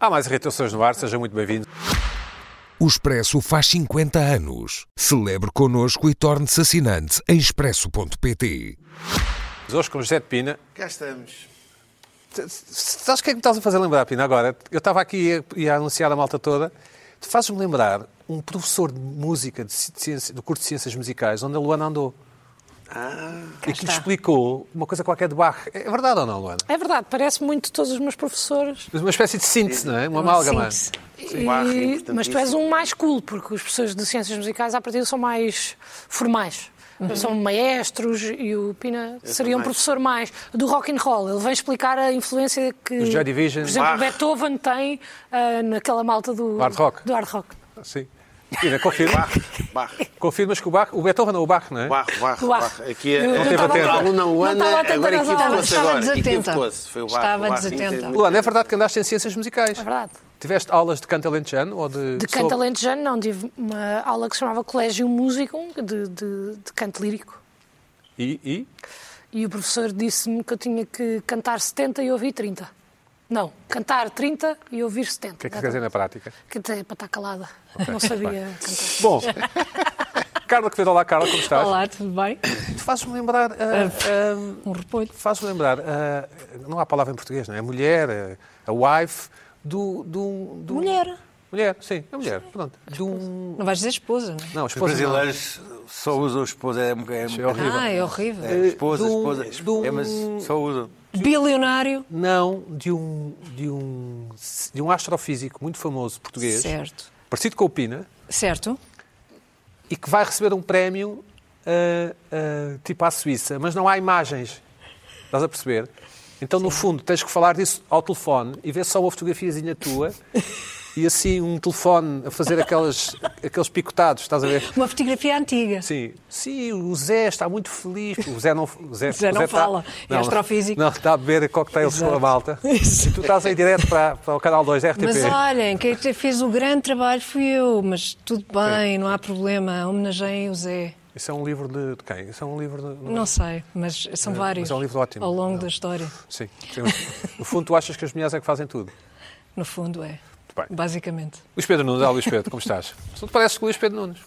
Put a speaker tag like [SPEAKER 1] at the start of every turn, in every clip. [SPEAKER 1] Há mais irritações no ar, seja muito bem-vindo.
[SPEAKER 2] O Expresso faz 50 anos. Celebre connosco e torne-se assinante em expresso.pt.
[SPEAKER 1] Hoje com José de Pina.
[SPEAKER 3] Cá estamos.
[SPEAKER 1] S- s- Sabes o que é que me estás a fazer lembrar, Pina, agora? Eu estava aqui e ia, ia anunciar a malta toda. Tu fazes-me lembrar um professor de música de ci- de ciência- do curso de Ciências Musicais, onde a Luana andou.
[SPEAKER 4] Ah,
[SPEAKER 1] e que lhe explicou uma coisa qualquer de Bach. É verdade ou não, Luana?
[SPEAKER 4] É verdade, parece muito todos os meus professores.
[SPEAKER 1] Mas uma espécie de síntese, não é? Uma amálgama.
[SPEAKER 4] Sim.
[SPEAKER 3] Sim.
[SPEAKER 4] E-
[SPEAKER 3] Barra, é
[SPEAKER 4] mas tu és
[SPEAKER 3] importantíssimo.
[SPEAKER 4] um mais cool, porque os professores de ciências musicais, à partida, são mais formais. São maestros e o Pina seria
[SPEAKER 3] Uhum.
[SPEAKER 4] um
[SPEAKER 3] mais-
[SPEAKER 4] professor mais do rock and roll. Ele vem explicar a influência que,
[SPEAKER 1] Do Joy Division.
[SPEAKER 4] por exemplo,
[SPEAKER 3] Bach.
[SPEAKER 4] Beethoven tem ah, naquela malta do
[SPEAKER 1] Hard rock.
[SPEAKER 4] Do hard rock.
[SPEAKER 1] Sim. Pina, confirma.
[SPEAKER 3] Barro,
[SPEAKER 1] Confirmas que o Bach, o Beethoven ou o Bach, não é?
[SPEAKER 3] barro, barro.
[SPEAKER 4] Do ar.
[SPEAKER 3] barro. Aqui é.
[SPEAKER 4] Eu- eu
[SPEAKER 1] teve
[SPEAKER 4] estava-
[SPEAKER 1] atento.
[SPEAKER 3] Aluna
[SPEAKER 4] não
[SPEAKER 3] Luana,
[SPEAKER 4] estava atenta
[SPEAKER 3] agora
[SPEAKER 4] nas
[SPEAKER 3] aqui
[SPEAKER 4] aulas.
[SPEAKER 3] ficou-se agora.
[SPEAKER 5] Estava desatenta.
[SPEAKER 3] Equivocou-se. Foi o barro.
[SPEAKER 5] Estava
[SPEAKER 3] o barro, sim,
[SPEAKER 5] desatenta.
[SPEAKER 3] teve-
[SPEAKER 1] Luana, é verdade que andaste em Ciências Musicais?
[SPEAKER 4] É verdade.
[SPEAKER 1] Tiveste aulas de canto alentejano ou de...
[SPEAKER 4] De canto alentejano, não. Tive uma aula que se chamava Colégio Musicum, de, de, de canto lírico.
[SPEAKER 1] E, e?
[SPEAKER 4] E o professor disse-me que eu tinha que cantar 70 e ouvir 30. Não, cantar 30 e ouvir 70.
[SPEAKER 1] O que é que quer dizer na prática?
[SPEAKER 4] Que até é para estar calada. Não sabia cantar.
[SPEAKER 1] Bom, Carla Quevedo, olá Carla, como estás?
[SPEAKER 5] Olá, tudo bem?
[SPEAKER 1] Tu fazes-me lembrar, ah, ah,
[SPEAKER 5] Um repolho.
[SPEAKER 1] fazes-me lembrar, ah, não há palavra em português, não é? A mulher, a, a wife, do, do, do-
[SPEAKER 5] Mulher.
[SPEAKER 1] Mulher, sim, a mulher, pronto. De um...
[SPEAKER 5] Não vais dizer esposa, não é?
[SPEAKER 1] Não,
[SPEAKER 6] Os
[SPEAKER 1] esposa
[SPEAKER 6] brasileiros só usam esposa, é, um bocadinho-
[SPEAKER 1] não, é horrível.
[SPEAKER 5] Ah, é horrível.
[SPEAKER 6] é, esposa,
[SPEAKER 1] Dum,
[SPEAKER 6] esposa,
[SPEAKER 1] dum.
[SPEAKER 6] é, mas só usam.
[SPEAKER 5] Bilionário.
[SPEAKER 1] Não, de um, de, um, de um astrofísico muito famoso português,
[SPEAKER 5] Certo.
[SPEAKER 1] parecido com o Pina,
[SPEAKER 5] Certo?
[SPEAKER 1] e que vai receber um prémio ah, ah, tipo à Suíça, mas não há imagens. Estás a perceber? Então, no fundo, tens que falar disso ao telefone e ver só uma fotografiazinha tua e assim um telefone a fazer aquelas, aqueles picotados, estás a ver?
[SPEAKER 5] Uma fotografia antiga.
[SPEAKER 1] Sim, sim, o Zé está muito feliz. O Zé não, o Zé,
[SPEAKER 5] Zé
[SPEAKER 1] o
[SPEAKER 5] não
[SPEAKER 1] está-
[SPEAKER 5] fala, é astrofísico.
[SPEAKER 1] Não, está a beber cocktails com a
[SPEAKER 5] Exato.
[SPEAKER 1] malta. E tu estás aí direto para, para o canal 2 da RTP.
[SPEAKER 5] Mas olhem, quem te fez o grande trabalho fui eu, mas tudo bem, não há problema. Homenageiem o Zé.
[SPEAKER 1] Isso é um livro de, de quem? Isso é um livro de.
[SPEAKER 5] Não sei, mas são
[SPEAKER 1] Mas
[SPEAKER 5] vários
[SPEAKER 1] é um livro ótimo.
[SPEAKER 5] ao longo
[SPEAKER 1] Não.
[SPEAKER 5] da história.
[SPEAKER 1] Sim. sim. No fundo, tu achas que as mulheres é que fazem tudo.
[SPEAKER 5] No fundo, é.
[SPEAKER 1] Muito bem.
[SPEAKER 5] Basicamente.
[SPEAKER 1] Luís Pedro Nunes, ah, Luís Pedro, como estás? Tu te pareces com o Luís Pedro Nunes.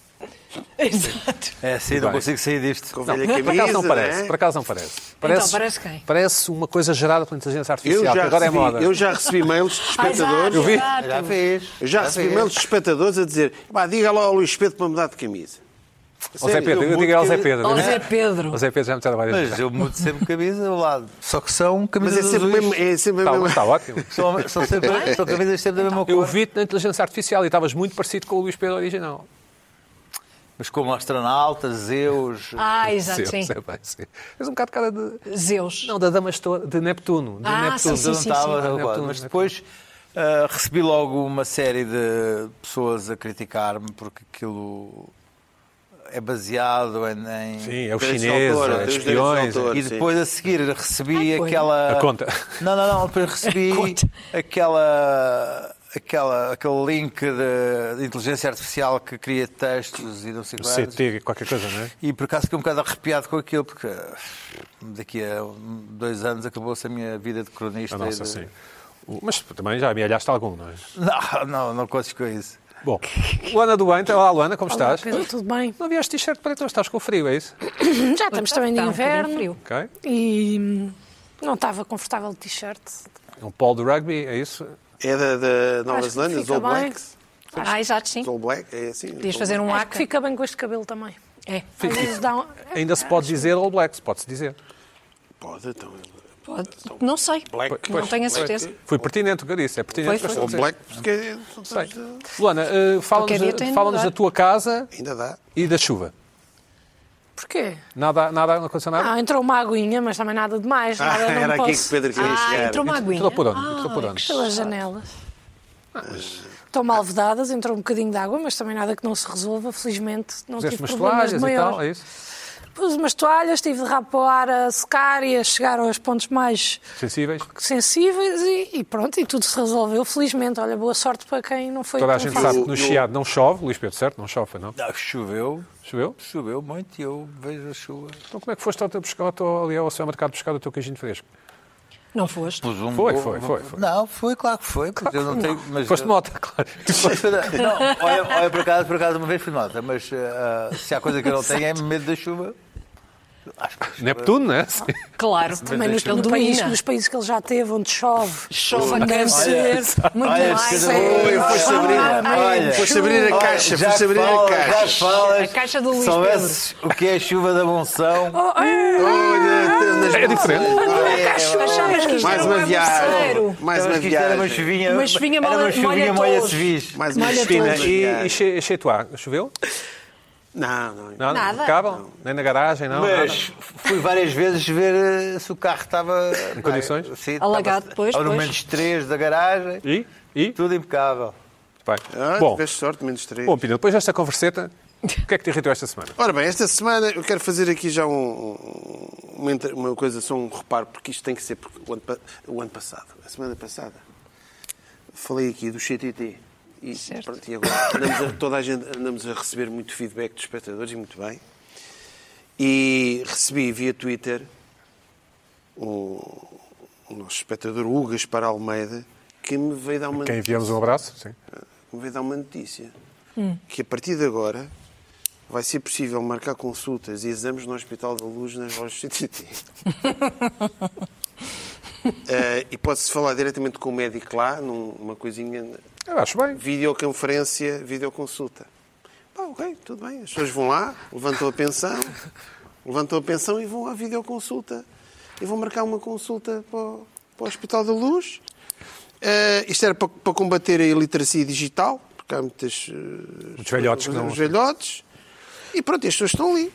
[SPEAKER 5] Exato.
[SPEAKER 6] É assim, não
[SPEAKER 1] Bem.
[SPEAKER 6] consigo sair disto.
[SPEAKER 3] Com
[SPEAKER 1] Não,
[SPEAKER 3] velha
[SPEAKER 1] por acaso
[SPEAKER 3] camisa,
[SPEAKER 1] não
[SPEAKER 3] né?
[SPEAKER 1] parece, por acaso não parece.
[SPEAKER 5] Então, parece quem?
[SPEAKER 1] Parece uma coisa gerada pela inteligência
[SPEAKER 3] Eu
[SPEAKER 1] artificial,
[SPEAKER 3] já,
[SPEAKER 1] que agora é moda.
[SPEAKER 3] recebi, eu já recebi mails de
[SPEAKER 5] Ah,
[SPEAKER 3] espectadores.
[SPEAKER 1] Eu vi.
[SPEAKER 6] Já fez.
[SPEAKER 3] Eu já recebi mails de espectadores a dizer: "Pá, diga lá ao Luís Pedro para mudar de camisa.
[SPEAKER 1] Ó Zé
[SPEAKER 3] Sério,
[SPEAKER 1] Pedro, eu
[SPEAKER 3] mudo
[SPEAKER 1] digo ao
[SPEAKER 3] de
[SPEAKER 1] Zé
[SPEAKER 3] camisa.
[SPEAKER 1] Pedro.
[SPEAKER 5] Ao
[SPEAKER 1] né?
[SPEAKER 5] Zé Pedro.
[SPEAKER 1] O Zé Pedro já me disseram várias vezes.
[SPEAKER 6] Mas eu mudo sempre camisa ao lado. Só que são
[SPEAKER 3] Mas
[SPEAKER 6] camisas
[SPEAKER 3] é sempre,
[SPEAKER 6] azuis.
[SPEAKER 3] mesmo, é sempre a
[SPEAKER 1] Está,
[SPEAKER 3] mesma.
[SPEAKER 1] está ótimo.
[SPEAKER 6] São, são sempre, são camisas sempre da mesma
[SPEAKER 1] Eu
[SPEAKER 6] cor.
[SPEAKER 1] vi-te na inteligência artificial e estavas muito parecido com o Luís Pedro original.
[SPEAKER 6] Mas como astronautas, Zeus...
[SPEAKER 5] Ah, exato, sim.
[SPEAKER 1] Sim, bem, sim. És um bocado cara de...
[SPEAKER 5] Zeus. Tá,
[SPEAKER 1] Não, da Damastor, de Neptuno. De
[SPEAKER 5] Ah,
[SPEAKER 1] Neptuno.
[SPEAKER 5] sim,
[SPEAKER 6] Eu não
[SPEAKER 5] sim,
[SPEAKER 6] estava,
[SPEAKER 5] sim.
[SPEAKER 6] eu gosto.
[SPEAKER 1] Neptuno,
[SPEAKER 6] mas depois ah, recebi logo uma série de pessoas a criticar-me porque aquilo é baseado em. em-
[SPEAKER 1] Sim, é os
[SPEAKER 3] Direitos de
[SPEAKER 1] chineses,
[SPEAKER 3] autor,
[SPEAKER 1] é
[SPEAKER 3] tem os
[SPEAKER 1] espiões.
[SPEAKER 3] direitos de
[SPEAKER 1] é-
[SPEAKER 3] autor.
[SPEAKER 6] E depois a seguir recebi
[SPEAKER 5] Ai, foi.
[SPEAKER 6] aquela.
[SPEAKER 1] A conta.
[SPEAKER 6] Não, não, não. Depois recebi
[SPEAKER 5] A conta.
[SPEAKER 6] aquela. Aquela, aquele link de, de inteligência artificial que cria textos e não sei quantos.
[SPEAKER 1] CT, qualquer coisa, não é?
[SPEAKER 6] E por acaso fiquei um bocado arrepiado com aquilo, porque ah, daqui a um, dois anos acabou-se a minha vida de cronista.
[SPEAKER 1] A
[SPEAKER 6] e
[SPEAKER 1] nossa,
[SPEAKER 6] de-
[SPEAKER 1] sim. O- Mas também já amealhaste algum, não é?
[SPEAKER 6] Não, não, não consigo com isso.
[SPEAKER 1] Bom, Luana do Bem, então, olá Luana, como
[SPEAKER 4] Olá,
[SPEAKER 1] estás?
[SPEAKER 4] Pedro, tudo bem?
[SPEAKER 1] Não vieste t-shirt preto, mas estás com frio, é isso?
[SPEAKER 4] Já estamos também de
[SPEAKER 5] Está um bocadinho
[SPEAKER 4] inverno.
[SPEAKER 5] frio.
[SPEAKER 1] Ok.
[SPEAKER 4] E hum, não estava confortável de t-shirt.
[SPEAKER 1] É Um polo do rugby, é isso?
[SPEAKER 3] É da, da Nova
[SPEAKER 4] Acho que
[SPEAKER 3] Zelândia, os
[SPEAKER 4] fica
[SPEAKER 3] All
[SPEAKER 4] bem.
[SPEAKER 3] Blacks.
[SPEAKER 5] Ah, exato, sim.
[SPEAKER 3] Os All Black, é assim.
[SPEAKER 5] Podias fazer um
[SPEAKER 4] Acho que
[SPEAKER 5] aca.
[SPEAKER 4] fica bem com este cabelo também.
[SPEAKER 5] É,
[SPEAKER 4] Às vezes dá um-
[SPEAKER 1] Ainda se pode dizer All Blacks, pode-se dizer.
[SPEAKER 3] Pode, então.
[SPEAKER 5] pode. Não sei. Não tenho a certeza.
[SPEAKER 1] Foi pertinente o que eu disse, é pertinente.
[SPEAKER 5] Foi,
[SPEAKER 1] o que
[SPEAKER 5] foi.
[SPEAKER 1] eu
[SPEAKER 3] All
[SPEAKER 1] estou a
[SPEAKER 3] Black, porque é-
[SPEAKER 1] dizer. Sei. Luana, eh, fala-nos
[SPEAKER 5] Qualquer dia tem de
[SPEAKER 1] fala-nos da
[SPEAKER 5] mudar.
[SPEAKER 1] tua casa
[SPEAKER 3] ainda dá.
[SPEAKER 1] e da chuva.
[SPEAKER 4] Porquê?
[SPEAKER 1] Nada, nada não aconteceu nada?
[SPEAKER 4] Ah, entrou uma aguinha, mas também nada demais.
[SPEAKER 3] Ah,
[SPEAKER 4] Nada, não
[SPEAKER 3] era
[SPEAKER 4] posso...
[SPEAKER 3] aqui que o Pedro queria
[SPEAKER 5] Ah,
[SPEAKER 3] chegar.
[SPEAKER 5] entrou uma aguinha.
[SPEAKER 1] Entrou por onde?
[SPEAKER 5] Ah,
[SPEAKER 1] Entrou por onde?
[SPEAKER 4] Pelas janelas. Estão mal vedadas, entrou um bocadinho de água, mas também nada que não se resolva, felizmente. Não
[SPEAKER 1] Puseste
[SPEAKER 4] tive
[SPEAKER 1] umas
[SPEAKER 4] problemas
[SPEAKER 1] toalhas e
[SPEAKER 4] maiores.
[SPEAKER 1] tal, é isso?
[SPEAKER 4] Pus umas toalhas, tive de rapoar a secar e a chegar aos pontos mais
[SPEAKER 1] Sensíveis?
[SPEAKER 4] sensíveis e, e pronto, e tudo se resolveu, felizmente. Olha, boa sorte para quem não foi
[SPEAKER 1] Toda a
[SPEAKER 4] tão
[SPEAKER 1] gente
[SPEAKER 4] fácil.
[SPEAKER 1] sabe que no Chiado não chove, Luís Pedro, certo? Não chove, não?
[SPEAKER 6] Ah, choveu,
[SPEAKER 1] Choveu?
[SPEAKER 6] choveu muito e eu vejo a chuva.
[SPEAKER 1] Então como é que foste ao teu pescado, ao- ali ao supermercado buscar o teu queijinho fresco?
[SPEAKER 5] Não foste?
[SPEAKER 6] Pus um
[SPEAKER 1] Foi,
[SPEAKER 6] gol-
[SPEAKER 1] foi, foi, foi.
[SPEAKER 6] Não, foi, claro que foi. porque eu não tenho, mas eh,
[SPEAKER 1] Foste de moto, claro.
[SPEAKER 6] Não, olha, olha por, acaso, por acaso uma vez fui de moto, mas ah, se há coisa que eu não tenho é medo da chuva. Acho que a chuva-
[SPEAKER 1] Neptuno, não é? Sim.
[SPEAKER 5] Claro.
[SPEAKER 4] Também nos,
[SPEAKER 5] Ele
[SPEAKER 4] país,
[SPEAKER 5] domina.
[SPEAKER 4] nos países que ele já teve, onde chove.
[SPEAKER 5] Chove a
[SPEAKER 4] Olha,
[SPEAKER 5] câncer, muito
[SPEAKER 6] Olha, um
[SPEAKER 5] mais.
[SPEAKER 6] esquerda-
[SPEAKER 3] Oi,
[SPEAKER 6] Olha,
[SPEAKER 3] foste abrir,
[SPEAKER 6] olha.
[SPEAKER 3] foste abrir a
[SPEAKER 6] Olha,
[SPEAKER 3] caixa,
[SPEAKER 6] já
[SPEAKER 3] foste abrir a
[SPEAKER 6] falas, já
[SPEAKER 3] caixa.
[SPEAKER 6] falas.
[SPEAKER 5] A caixa do Luís
[SPEAKER 6] Soubesses o que é a chuva da monção.
[SPEAKER 1] É diferente.
[SPEAKER 5] Achavas que isto
[SPEAKER 3] Mais
[SPEAKER 5] era
[SPEAKER 3] uma
[SPEAKER 5] um
[SPEAKER 3] viagem.
[SPEAKER 5] aguaceiro.
[SPEAKER 3] Mais
[SPEAKER 6] Sabes
[SPEAKER 3] uma
[SPEAKER 6] que isto era uma
[SPEAKER 3] viagem.
[SPEAKER 6] chuvinha.
[SPEAKER 5] Uma chuvinha
[SPEAKER 6] era
[SPEAKER 5] molha-
[SPEAKER 6] uma chuvinha
[SPEAKER 5] molha
[SPEAKER 6] molha
[SPEAKER 5] todos.
[SPEAKER 6] civis.
[SPEAKER 3] Mais uma
[SPEAKER 5] Molha
[SPEAKER 3] espina.
[SPEAKER 5] todos.
[SPEAKER 1] E, e
[SPEAKER 3] E-
[SPEAKER 1] che- e Cheituá, choveu?
[SPEAKER 3] Não, não.
[SPEAKER 1] Não,
[SPEAKER 5] Nada.
[SPEAKER 1] No cabo? Nem na garagem, não? nada?
[SPEAKER 6] Mas fui várias vezes ver eh, se o carro estava. Em
[SPEAKER 1] condições?
[SPEAKER 6] Sim,
[SPEAKER 5] Alagado
[SPEAKER 6] estava-
[SPEAKER 5] depois,
[SPEAKER 6] Ao
[SPEAKER 5] pois.
[SPEAKER 6] menos três da garagem.
[SPEAKER 1] E? E?
[SPEAKER 6] Tudo impecável.
[SPEAKER 1] Bem.
[SPEAKER 3] Ah,
[SPEAKER 1] Bom,
[SPEAKER 3] tiveste sorte, menos três.
[SPEAKER 1] bom Pina, depois desta converseta, o que é que te irritou esta semana?
[SPEAKER 3] Ora bem, esta semana eu quero fazer aqui já um- um- uma, inter- uma coisa, só um reparo, porque isto tem que ser porque o, ano, pa- o ano passado, a semana passada, falei aqui do CTT. E,
[SPEAKER 5] Certo.
[SPEAKER 3] pronto, e agora andamos a, toda a gente andamos a receber muito feedback dos espectadores e muito bem. E recebi via Twitter o, o nosso espectador Hugo Gaspar Almeida que me veio dar uma
[SPEAKER 1] Quem enviamos um abraço? Sim.
[SPEAKER 3] me veio dar uma notícia. Que a partir de agora vai ser possível marcar consultas e exames no Hospital da Luz nas lojas CTT. Eh, e pode-se falar diretamente com o médico lá, num- numa coisinha,
[SPEAKER 1] Eu acho bem.
[SPEAKER 3] videoconferência, videoconsulta. Pá, ok, tudo bem. As pessoas vão lá, levantam a pensão, levantam a pensão e vão à videoconsulta. E vão marcar uma consulta para o, para o Hospital da Luz. Eh, isto era para, para combater a iliteracia digital, porque há muitas eh,
[SPEAKER 1] Os velhotes que não.
[SPEAKER 3] os velhotes. E pronto, as pessoas estão ali.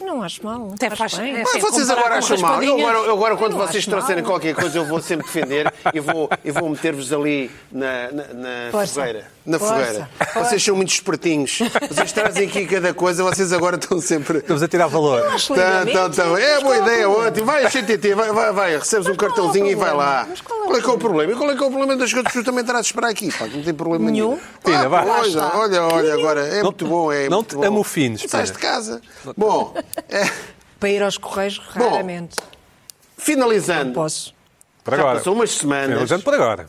[SPEAKER 5] Não acho mal.
[SPEAKER 4] Até
[SPEAKER 5] acho
[SPEAKER 4] faz-
[SPEAKER 5] bem.
[SPEAKER 4] é
[SPEAKER 3] Mas
[SPEAKER 4] assim,
[SPEAKER 3] vocês
[SPEAKER 4] comparar
[SPEAKER 3] agora
[SPEAKER 4] com
[SPEAKER 3] acham mal. Eu
[SPEAKER 4] raspadinhas,
[SPEAKER 3] agora, eu agora,
[SPEAKER 5] eu
[SPEAKER 3] quando
[SPEAKER 5] não
[SPEAKER 3] vocês
[SPEAKER 5] acho
[SPEAKER 3] trouxerem
[SPEAKER 5] mal.
[SPEAKER 3] qualquer coisa, eu vou sempre defender e vou, e vou meter-vos ali na, na, na
[SPEAKER 5] Força.
[SPEAKER 3] fogueira. Na
[SPEAKER 5] Força.
[SPEAKER 3] fogueira. Vocês são muito espertinhos. Vocês trazem aqui cada coisa, vocês agora estão sempre.
[SPEAKER 1] Estamos a tirar valor.
[SPEAKER 5] Acho
[SPEAKER 3] Tá,
[SPEAKER 5] lindamente.
[SPEAKER 3] tá, tá. É
[SPEAKER 5] Mas
[SPEAKER 3] boa
[SPEAKER 5] qual o
[SPEAKER 3] ideia,
[SPEAKER 5] problema?
[SPEAKER 3] ótimo. Vai, CTT, vai, vai, vai. recebes um
[SPEAKER 5] qual é o
[SPEAKER 3] cartãozinho e vai
[SPEAKER 5] problema?
[SPEAKER 3] lá.
[SPEAKER 5] Mas
[SPEAKER 3] Qual é que é o problema? E qual é que é o problema das coisas que tu também terás de esperar aqui? Pá, não tem problema
[SPEAKER 5] Nenhum.
[SPEAKER 3] nenhum.
[SPEAKER 1] Pina,
[SPEAKER 3] Ah,
[SPEAKER 1] vá.
[SPEAKER 3] pois,
[SPEAKER 1] Lá
[SPEAKER 5] está.
[SPEAKER 3] olha, olha, agora é muito bom. É
[SPEAKER 1] não
[SPEAKER 3] muito
[SPEAKER 1] te
[SPEAKER 3] bom.
[SPEAKER 1] amofines, Pina.
[SPEAKER 3] Sais de casa. Bom, é,
[SPEAKER 5] Para ir aos correios, raramente.
[SPEAKER 3] finalizando.
[SPEAKER 5] Posso.
[SPEAKER 1] Por agora.
[SPEAKER 3] Já passou umas semanas.
[SPEAKER 1] Finalizando por agora.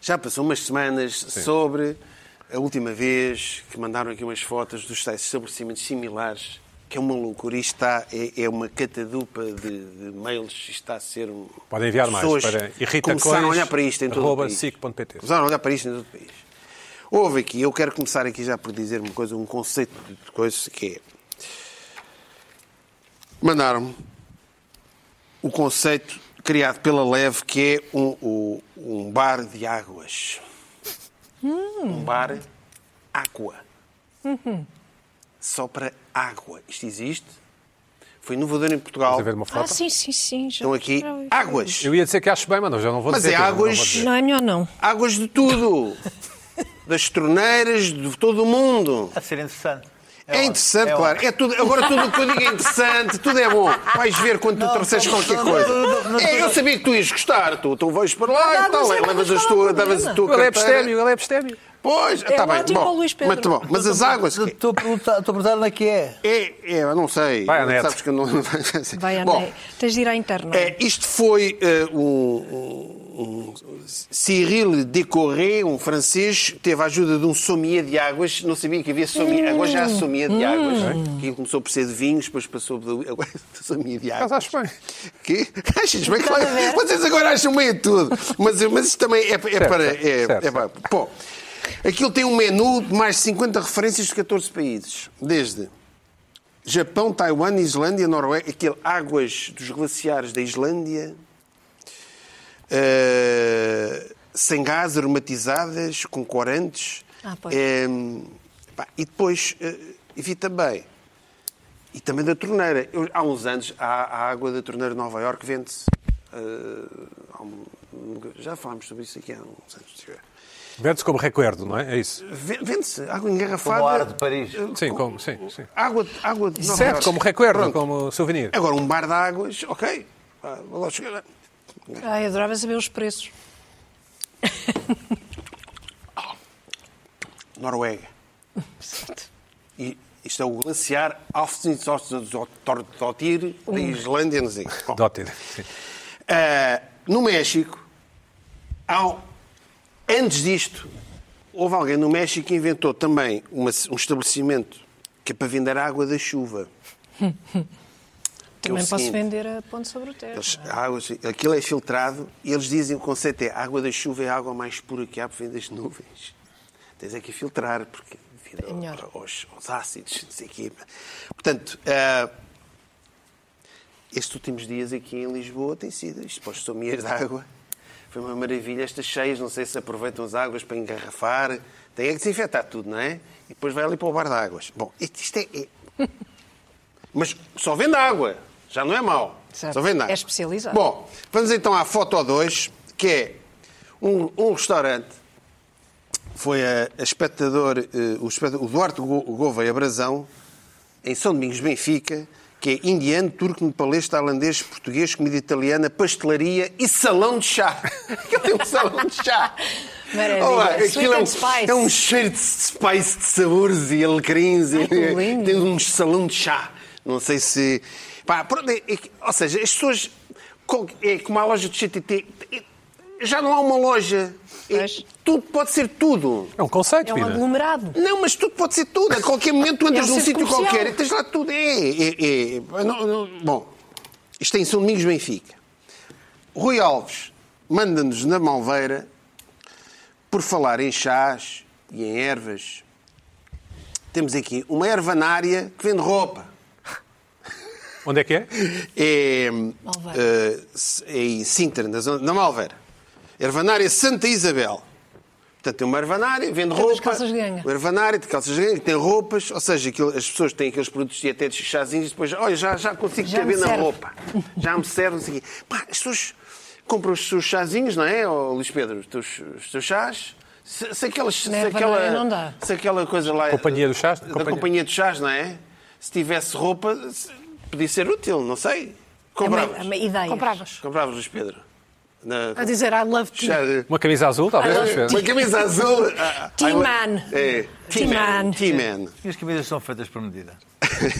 [SPEAKER 3] Já passou umas semanas sobre a última vez que mandaram aqui umas fotos dos tais estabelecimentos similares, que é uma loucura. Isto está, é, é uma catadupa de, de mails. Isto está a ser um.
[SPEAKER 1] Podem enviar mais
[SPEAKER 3] pessoas
[SPEAKER 1] para
[SPEAKER 3] Começaram a olhar para isto em todo o país.
[SPEAKER 1] irritacões.sic.pt.
[SPEAKER 3] Começaram a olhar para isto em todo o país. Houve aqui, eu quero começar aqui já por dizer uma coisa, um conceito de coisa que é. Mandaram-me o conceito criado pela Leve, que é um, o- um bar de águas.
[SPEAKER 5] Hum.
[SPEAKER 3] Um bar água.
[SPEAKER 5] Uhum.
[SPEAKER 3] Só para água. Isto existe. Foi inovador em Portugal.
[SPEAKER 1] Estás a ver uma
[SPEAKER 5] Ah,
[SPEAKER 1] foto?
[SPEAKER 5] sim, sim, sim. já-
[SPEAKER 3] Estão aqui
[SPEAKER 5] já ouvi.
[SPEAKER 3] águas.
[SPEAKER 1] Eu ia dizer que acho bem, mas não, já não vou
[SPEAKER 3] Mas
[SPEAKER 1] dizer.
[SPEAKER 3] é
[SPEAKER 1] que eu não vou
[SPEAKER 3] águas-
[SPEAKER 1] dizer.
[SPEAKER 5] Não é melhor não.
[SPEAKER 3] Águas de tudo. Das torneiras de todo o mundo.
[SPEAKER 6] A ser interessante.
[SPEAKER 3] É
[SPEAKER 6] ótimo,
[SPEAKER 3] interessante,
[SPEAKER 6] é
[SPEAKER 3] claro. É tudo, agora tudo o que eu digo é interessante, tudo é bom. Vais ver quando tu trouxeres
[SPEAKER 6] não,
[SPEAKER 3] qualquer
[SPEAKER 6] não,
[SPEAKER 3] coisa.
[SPEAKER 6] não, não, não,
[SPEAKER 3] É, eu sabia que tu ias gostar, tu, tu vais para lá
[SPEAKER 5] Não,
[SPEAKER 3] e
[SPEAKER 5] não,
[SPEAKER 3] tal.
[SPEAKER 5] mas
[SPEAKER 3] aí
[SPEAKER 5] não,
[SPEAKER 3] Levas
[SPEAKER 5] mas
[SPEAKER 3] as
[SPEAKER 5] qual é o
[SPEAKER 3] tuas, levas a
[SPEAKER 5] problema?
[SPEAKER 1] Ele
[SPEAKER 3] tua
[SPEAKER 1] é
[SPEAKER 3] carteira.
[SPEAKER 1] abstémio, ele é abstémio.
[SPEAKER 3] Pois,
[SPEAKER 5] É
[SPEAKER 6] um
[SPEAKER 3] está bem.
[SPEAKER 5] ótimo para o
[SPEAKER 3] Bom,
[SPEAKER 5] Luís Pedro.
[SPEAKER 3] muito bom. Mas as águas.
[SPEAKER 6] Estou- Estou a perguntar- estou a perguntar onde é que é.
[SPEAKER 3] É, é, eu não sei.
[SPEAKER 1] Vai à net.
[SPEAKER 3] Sabes que eu não.
[SPEAKER 5] Vai, Ana.
[SPEAKER 3] Bom,
[SPEAKER 5] Tens de ir à internet.
[SPEAKER 3] É, isto foi eh, um, um- um- Cyril Decoré, um francês, teve a ajuda de um sommelier de águas. Não sabia que havia sommelier. Agora já há
[SPEAKER 1] Hum.
[SPEAKER 3] sommelier de águas. é? Que começou por ser de vinhos, depois passou por agora sommelier de águas.
[SPEAKER 1] Mas acho bem.
[SPEAKER 3] Que? Achas bem claro. Vocês agora acham meio tudo. Mas, mas isto também é, é para. É,
[SPEAKER 1] certo,
[SPEAKER 3] é para- Bom, aquilo tem um menu de mais de 50 referências de 14 países. Desde Japão, Taiwan, Islândia, Noruega, aquele águas dos glaciares da Islândia. eh, sem gás, aromatizadas, com corantes.
[SPEAKER 5] Ah, pois.
[SPEAKER 3] Eh, pá, e depois, eh, e vi também e também da torneira. Eu- há uns anos, a, a água da torneira de Nova Iorque vende-se. Ah, há um- já falámos sobre isso aqui há uns anos. se tiver.
[SPEAKER 1] Vende-se como recuerdo, não é? É isso.
[SPEAKER 3] Ve- Vende-se água
[SPEAKER 6] Como o ar de
[SPEAKER 3] engarrafada. Eh,
[SPEAKER 6] Paris.
[SPEAKER 1] Sim, como, sim, sim.
[SPEAKER 3] Água, água de Nova
[SPEAKER 1] Certo,
[SPEAKER 3] Iorque.
[SPEAKER 1] como recuerdo,
[SPEAKER 3] Pronto.
[SPEAKER 1] como souvenir.
[SPEAKER 3] Agora, um bar de águas, ok. Ah, vou lá chegar. É.
[SPEAKER 5] Ai, adorava saber os preços.
[SPEAKER 3] Noruega. E isto é o glaciar Alfsinsostotir, da Islândia, não sei. Bom,
[SPEAKER 1] Dótida. Sim.
[SPEAKER 3] Ah, no México, há um- antes disto, houve alguém no México que inventou também uma- um estabelecimento que é para vender água da chuva. Que é o
[SPEAKER 5] Também posso
[SPEAKER 3] seguinte,
[SPEAKER 5] vender a ponte sobre o teto.
[SPEAKER 3] eles- a água- aquilo é filtrado e eles dizem o conceito é a água da chuva é a água mais pura que há por vem das nuvens. Tens é que filtrar, porque devido ao-
[SPEAKER 5] Melhor.
[SPEAKER 3] aos, aos ácidos, não sei o quê. Portanto, ah, estes últimos dias aqui em Lisboa tem sido isto para os somias de água. Foi uma maravilha. Estas cheias, não sei se aproveitam as águas para engarrafar. Tem é que desinfetar tudo, não é? E depois vai ali para o bar de águas. Bom, isto isto é... é- Mas só vende água. Já não é mau.
[SPEAKER 5] Certo.
[SPEAKER 3] Só vende água.
[SPEAKER 5] É especializado.
[SPEAKER 3] Bom, vamos então à foto 2, que é um, um restaurante foi a, a espectador, eh, o, especta- o Duarte Go- Gouveia Brazão, em São Domingos, Benfica, que é indiano, turco, nepalês, tailandês, português, comida italiana, pastelaria e salão de chá. Aquilo tem um salão de chá.
[SPEAKER 5] Maravilha.
[SPEAKER 3] Olha lá, aquilo
[SPEAKER 5] Sweet
[SPEAKER 3] é,
[SPEAKER 5] and
[SPEAKER 3] um,
[SPEAKER 5] spice.
[SPEAKER 3] é um cheiro de spice, de sabores e alecrins. e-
[SPEAKER 5] Ai, que lindo.
[SPEAKER 3] tem um salão de chá. Não sei se... Pá, pronto, é- é que- ou seja, as pessoas... com- É como a loja do CTT... é- Já não há uma loja. É-
[SPEAKER 5] Pois.
[SPEAKER 3] tudo pode ser tudo.
[SPEAKER 1] É um conceito,
[SPEAKER 5] É um
[SPEAKER 1] Pina.
[SPEAKER 5] aglomerado.
[SPEAKER 3] Não, mas tudo pode ser tudo. A qualquer momento tu andas
[SPEAKER 5] É um
[SPEAKER 3] num
[SPEAKER 5] centro
[SPEAKER 3] sítio
[SPEAKER 5] comercial.
[SPEAKER 3] qualquer e tens lá tudo. É, é, é. Não, não, bom, isto é em São Domingos Benfica. Rui Alves manda-nos na Malveira por falar em chás e em ervas. Temos aqui uma ervanária que vende roupa.
[SPEAKER 1] Onde é que é?
[SPEAKER 3] É,
[SPEAKER 5] Malveira.
[SPEAKER 3] eh, s- é em Sintra, na, zona- na Malveira. Ervanária Santa Isabel. Portanto, tem uma ervanária, vende
[SPEAKER 5] Tem
[SPEAKER 3] roupa.
[SPEAKER 5] umas é calças de ganga.
[SPEAKER 3] O ervanário de calças de ganga, tem roupas, ou seja, aquilo- as pessoas têm aqueles produtos e até de chazinhos e depois, olha, já, já consigo
[SPEAKER 5] Já
[SPEAKER 3] caber
[SPEAKER 5] me
[SPEAKER 3] na
[SPEAKER 5] serve.
[SPEAKER 3] roupa. Já me serve, não sei o quê. Pá, as pessoas compram os seus chazinhos, não é, ó, Luís Pedro? Os teus, os teus chás. Se, se aquelas, se,
[SPEAKER 5] Na
[SPEAKER 3] aquela,
[SPEAKER 5] ervanária não dá.
[SPEAKER 3] se aquela coisa lá.
[SPEAKER 1] Companhia dos chás?
[SPEAKER 3] Da
[SPEAKER 1] Companhia.
[SPEAKER 3] companhia dos chás, não é? Se tivesse roupa, se- podia ser útil, não sei.
[SPEAKER 5] É uma,
[SPEAKER 3] Compravas.
[SPEAKER 5] é uma ideia.
[SPEAKER 4] Compravas.
[SPEAKER 3] Compravas, Luís Pedro. Na-
[SPEAKER 4] A dizer I love tea.
[SPEAKER 3] Chá-
[SPEAKER 1] Uma camisa azul, talvez. vamos ver.
[SPEAKER 3] Uma camisa azul. Ah,
[SPEAKER 5] T-Man.
[SPEAKER 3] É. T-Man.
[SPEAKER 5] T-Man.
[SPEAKER 3] T-Man.
[SPEAKER 6] Minhas camisas são feitas por medida.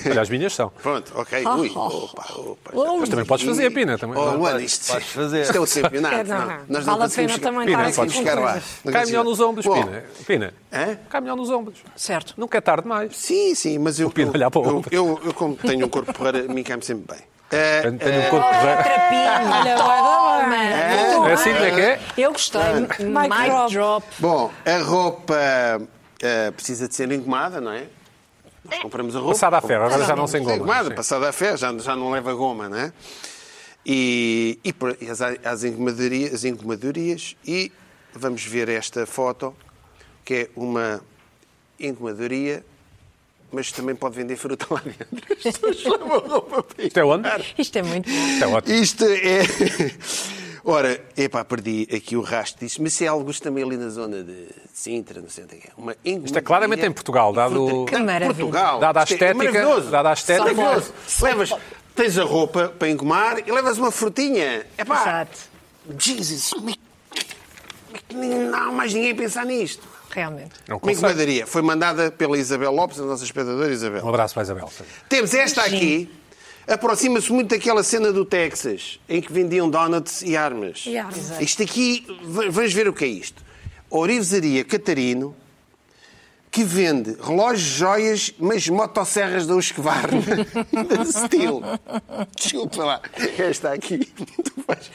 [SPEAKER 1] Olha, as minhas são.
[SPEAKER 3] Pronto,
[SPEAKER 5] Oh,
[SPEAKER 3] ok. Ui, opa, opa. já estamos
[SPEAKER 1] também podes
[SPEAKER 3] aqui.
[SPEAKER 1] fazer, Pina, também.
[SPEAKER 3] Oh,
[SPEAKER 1] Não,
[SPEAKER 3] Luana,
[SPEAKER 6] podes-
[SPEAKER 3] isto,
[SPEAKER 6] podes fazer.
[SPEAKER 3] isto é o campeonato.
[SPEAKER 4] É, não,
[SPEAKER 3] não.
[SPEAKER 4] não.
[SPEAKER 3] Nós não
[SPEAKER 4] Vale a
[SPEAKER 3] conseguimos
[SPEAKER 4] pena também
[SPEAKER 3] chegar,
[SPEAKER 4] estar
[SPEAKER 3] não conseguimos
[SPEAKER 4] aqui com
[SPEAKER 3] chegar lá.
[SPEAKER 4] coisas.
[SPEAKER 3] Não
[SPEAKER 1] Cai
[SPEAKER 3] conseguimos.
[SPEAKER 1] é melhor nos ombros,
[SPEAKER 3] Bom,
[SPEAKER 1] Pina. Pina,
[SPEAKER 3] é Hã?
[SPEAKER 1] cai melhor nos ombros.
[SPEAKER 5] Certo.
[SPEAKER 1] Nunca é tarde mais.
[SPEAKER 3] Sim, sim, mas eu.
[SPEAKER 1] Pina olhar para o
[SPEAKER 3] eu-
[SPEAKER 1] ombro.
[SPEAKER 3] eu, eu, como tenho um corpo porreiro, a mim cai-me sempre bem. É,
[SPEAKER 1] Tenho tenho um corpo porreiro.
[SPEAKER 5] Trapinho, olha, toma!
[SPEAKER 1] É assim como é que é?
[SPEAKER 5] Eu gostei. Mic, drop.
[SPEAKER 3] Bom, a roupa eh, precisa de ser engomada, não é? Nós compramos a roupa.
[SPEAKER 1] Passada a ferro, agora já não se engoma.
[SPEAKER 3] engomada,
[SPEAKER 1] Sim.
[SPEAKER 3] passada a ferro, já, já não leva goma, não é? E, e por- e as, as, engomadorias, as engomadorias. E vamos ver esta foto, que é uma engomadoria, mas também pode vender fruta lá dentro. As pessoas levam roupa para
[SPEAKER 1] Isto é onde?
[SPEAKER 5] Isto é muito bom.
[SPEAKER 1] Isto é ótimo.
[SPEAKER 3] isto é. Ora, epá, perdi aqui o rastro disso, mas se é alguns também ali na zona de Sintra, não sei onde é que é. Uma
[SPEAKER 1] Isto é claramente em Portugal, dado-
[SPEAKER 5] Que maravilha.
[SPEAKER 3] Portugal.
[SPEAKER 1] Dada a
[SPEAKER 3] Isto é
[SPEAKER 1] estética-
[SPEAKER 3] maravilhoso.
[SPEAKER 1] dada a estética.
[SPEAKER 3] Maravilhoso. Levas, tens a roupa para engomar e levas uma frutinha. Epá,
[SPEAKER 5] Exato.
[SPEAKER 3] Jesus, como é que- como é que ninguém- não há mais ninguém a pensar nisto?
[SPEAKER 5] Realmente.
[SPEAKER 1] É um
[SPEAKER 3] Uma
[SPEAKER 1] conceito.
[SPEAKER 3] encomendaria foi mandada pela Isabel Lopes, a nossa espectadora Isabel.
[SPEAKER 1] Um abraço para a Isabel.
[SPEAKER 3] Temos esta aqui. Aproxima-se muito daquela cena do Texas, em que vendiam donuts e armas.
[SPEAKER 4] E armas. Exato.
[SPEAKER 3] Isto aqui, v- vamos ver o que é isto. Orivesaria Catarino, que vende relógios, joias, mas motosserras da Usquevar. da Steel. Desculpa lá. Esta aqui. Tu vais...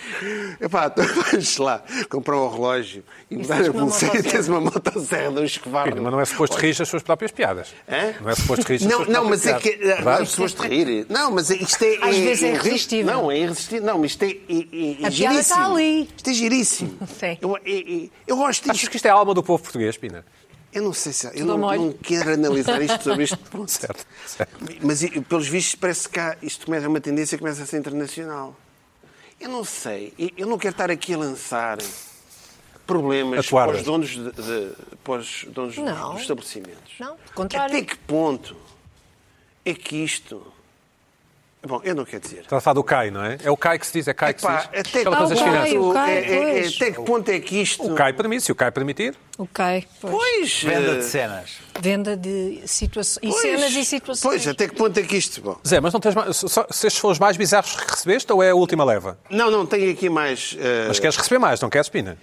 [SPEAKER 3] Epá, tu vais lá comprar um relógio e mudar a
[SPEAKER 5] tens uma
[SPEAKER 3] pulseira e tens
[SPEAKER 5] motosserra.
[SPEAKER 3] uma motosserra da Usquevar.
[SPEAKER 1] Pina, mas não é suposto rir as suas próprias piadas.
[SPEAKER 3] Hã?
[SPEAKER 1] Não é suposto rir as
[SPEAKER 3] Não,
[SPEAKER 1] suas
[SPEAKER 3] não,
[SPEAKER 1] próprias
[SPEAKER 3] mas é
[SPEAKER 1] piadas.
[SPEAKER 3] que ah,
[SPEAKER 1] Verdade?
[SPEAKER 3] as pessoas te rirem. Não, mas isto é.
[SPEAKER 5] Às vezes é irresistível.
[SPEAKER 3] Não, é irresistível. Não, mas isto é, é, é, é
[SPEAKER 5] A piada
[SPEAKER 3] giríssimo.
[SPEAKER 5] está ali.
[SPEAKER 3] Isto é giríssimo.
[SPEAKER 5] Sim.
[SPEAKER 3] Eu, é- é- eu gosto
[SPEAKER 1] Achas
[SPEAKER 3] disto.
[SPEAKER 1] que isto é a alma do povo português, Pina?
[SPEAKER 3] Eu não sei se. Eu
[SPEAKER 5] Dá-me
[SPEAKER 3] não,
[SPEAKER 5] olho.
[SPEAKER 3] não quero analisar isto sobre este ponto.
[SPEAKER 1] Certo. certo.
[SPEAKER 3] Mas e, pelos vistos, parece que há, isto começa, é uma tendência que começa a ser internacional. Eu não sei. Eu- Eu não quero estar aqui a lançar problemas
[SPEAKER 1] Atuar.
[SPEAKER 3] para os donos, de, de- para os donos dos-
[SPEAKER 5] Não.
[SPEAKER 3] dos
[SPEAKER 1] É
[SPEAKER 3] estabelecimentos.
[SPEAKER 5] Não, pelo
[SPEAKER 3] Até
[SPEAKER 5] contrário.
[SPEAKER 3] que ponto é que isto Bom, eu não quero dizer.
[SPEAKER 1] Está a falar do Cai, não é? É o Cai que se diz, é Cai que se
[SPEAKER 3] Pá,
[SPEAKER 1] diz.
[SPEAKER 3] até que,
[SPEAKER 1] Aquela coisa das
[SPEAKER 5] Ah, o Cai,
[SPEAKER 1] finanças.
[SPEAKER 5] o Cai,
[SPEAKER 3] é- é- é-
[SPEAKER 5] pois.
[SPEAKER 3] até que ponto é que isto.
[SPEAKER 1] O Cai permite, se o Cai permitir.
[SPEAKER 5] Ok. pois.
[SPEAKER 3] Pois.
[SPEAKER 6] Venda
[SPEAKER 3] eh,
[SPEAKER 6] de cenas.
[SPEAKER 5] Venda de situações. E
[SPEAKER 3] pois,
[SPEAKER 5] cenas e situações.
[SPEAKER 3] Pois, até que ponto é que isto. Bom.
[SPEAKER 1] Zé, mas não tens mais. só- Se estes foram os mais bizarros que recebeste ou é a última leva?
[SPEAKER 3] Não, não, tenho aqui mais. eh,
[SPEAKER 1] Mas queres receber mais, não queres, Pina?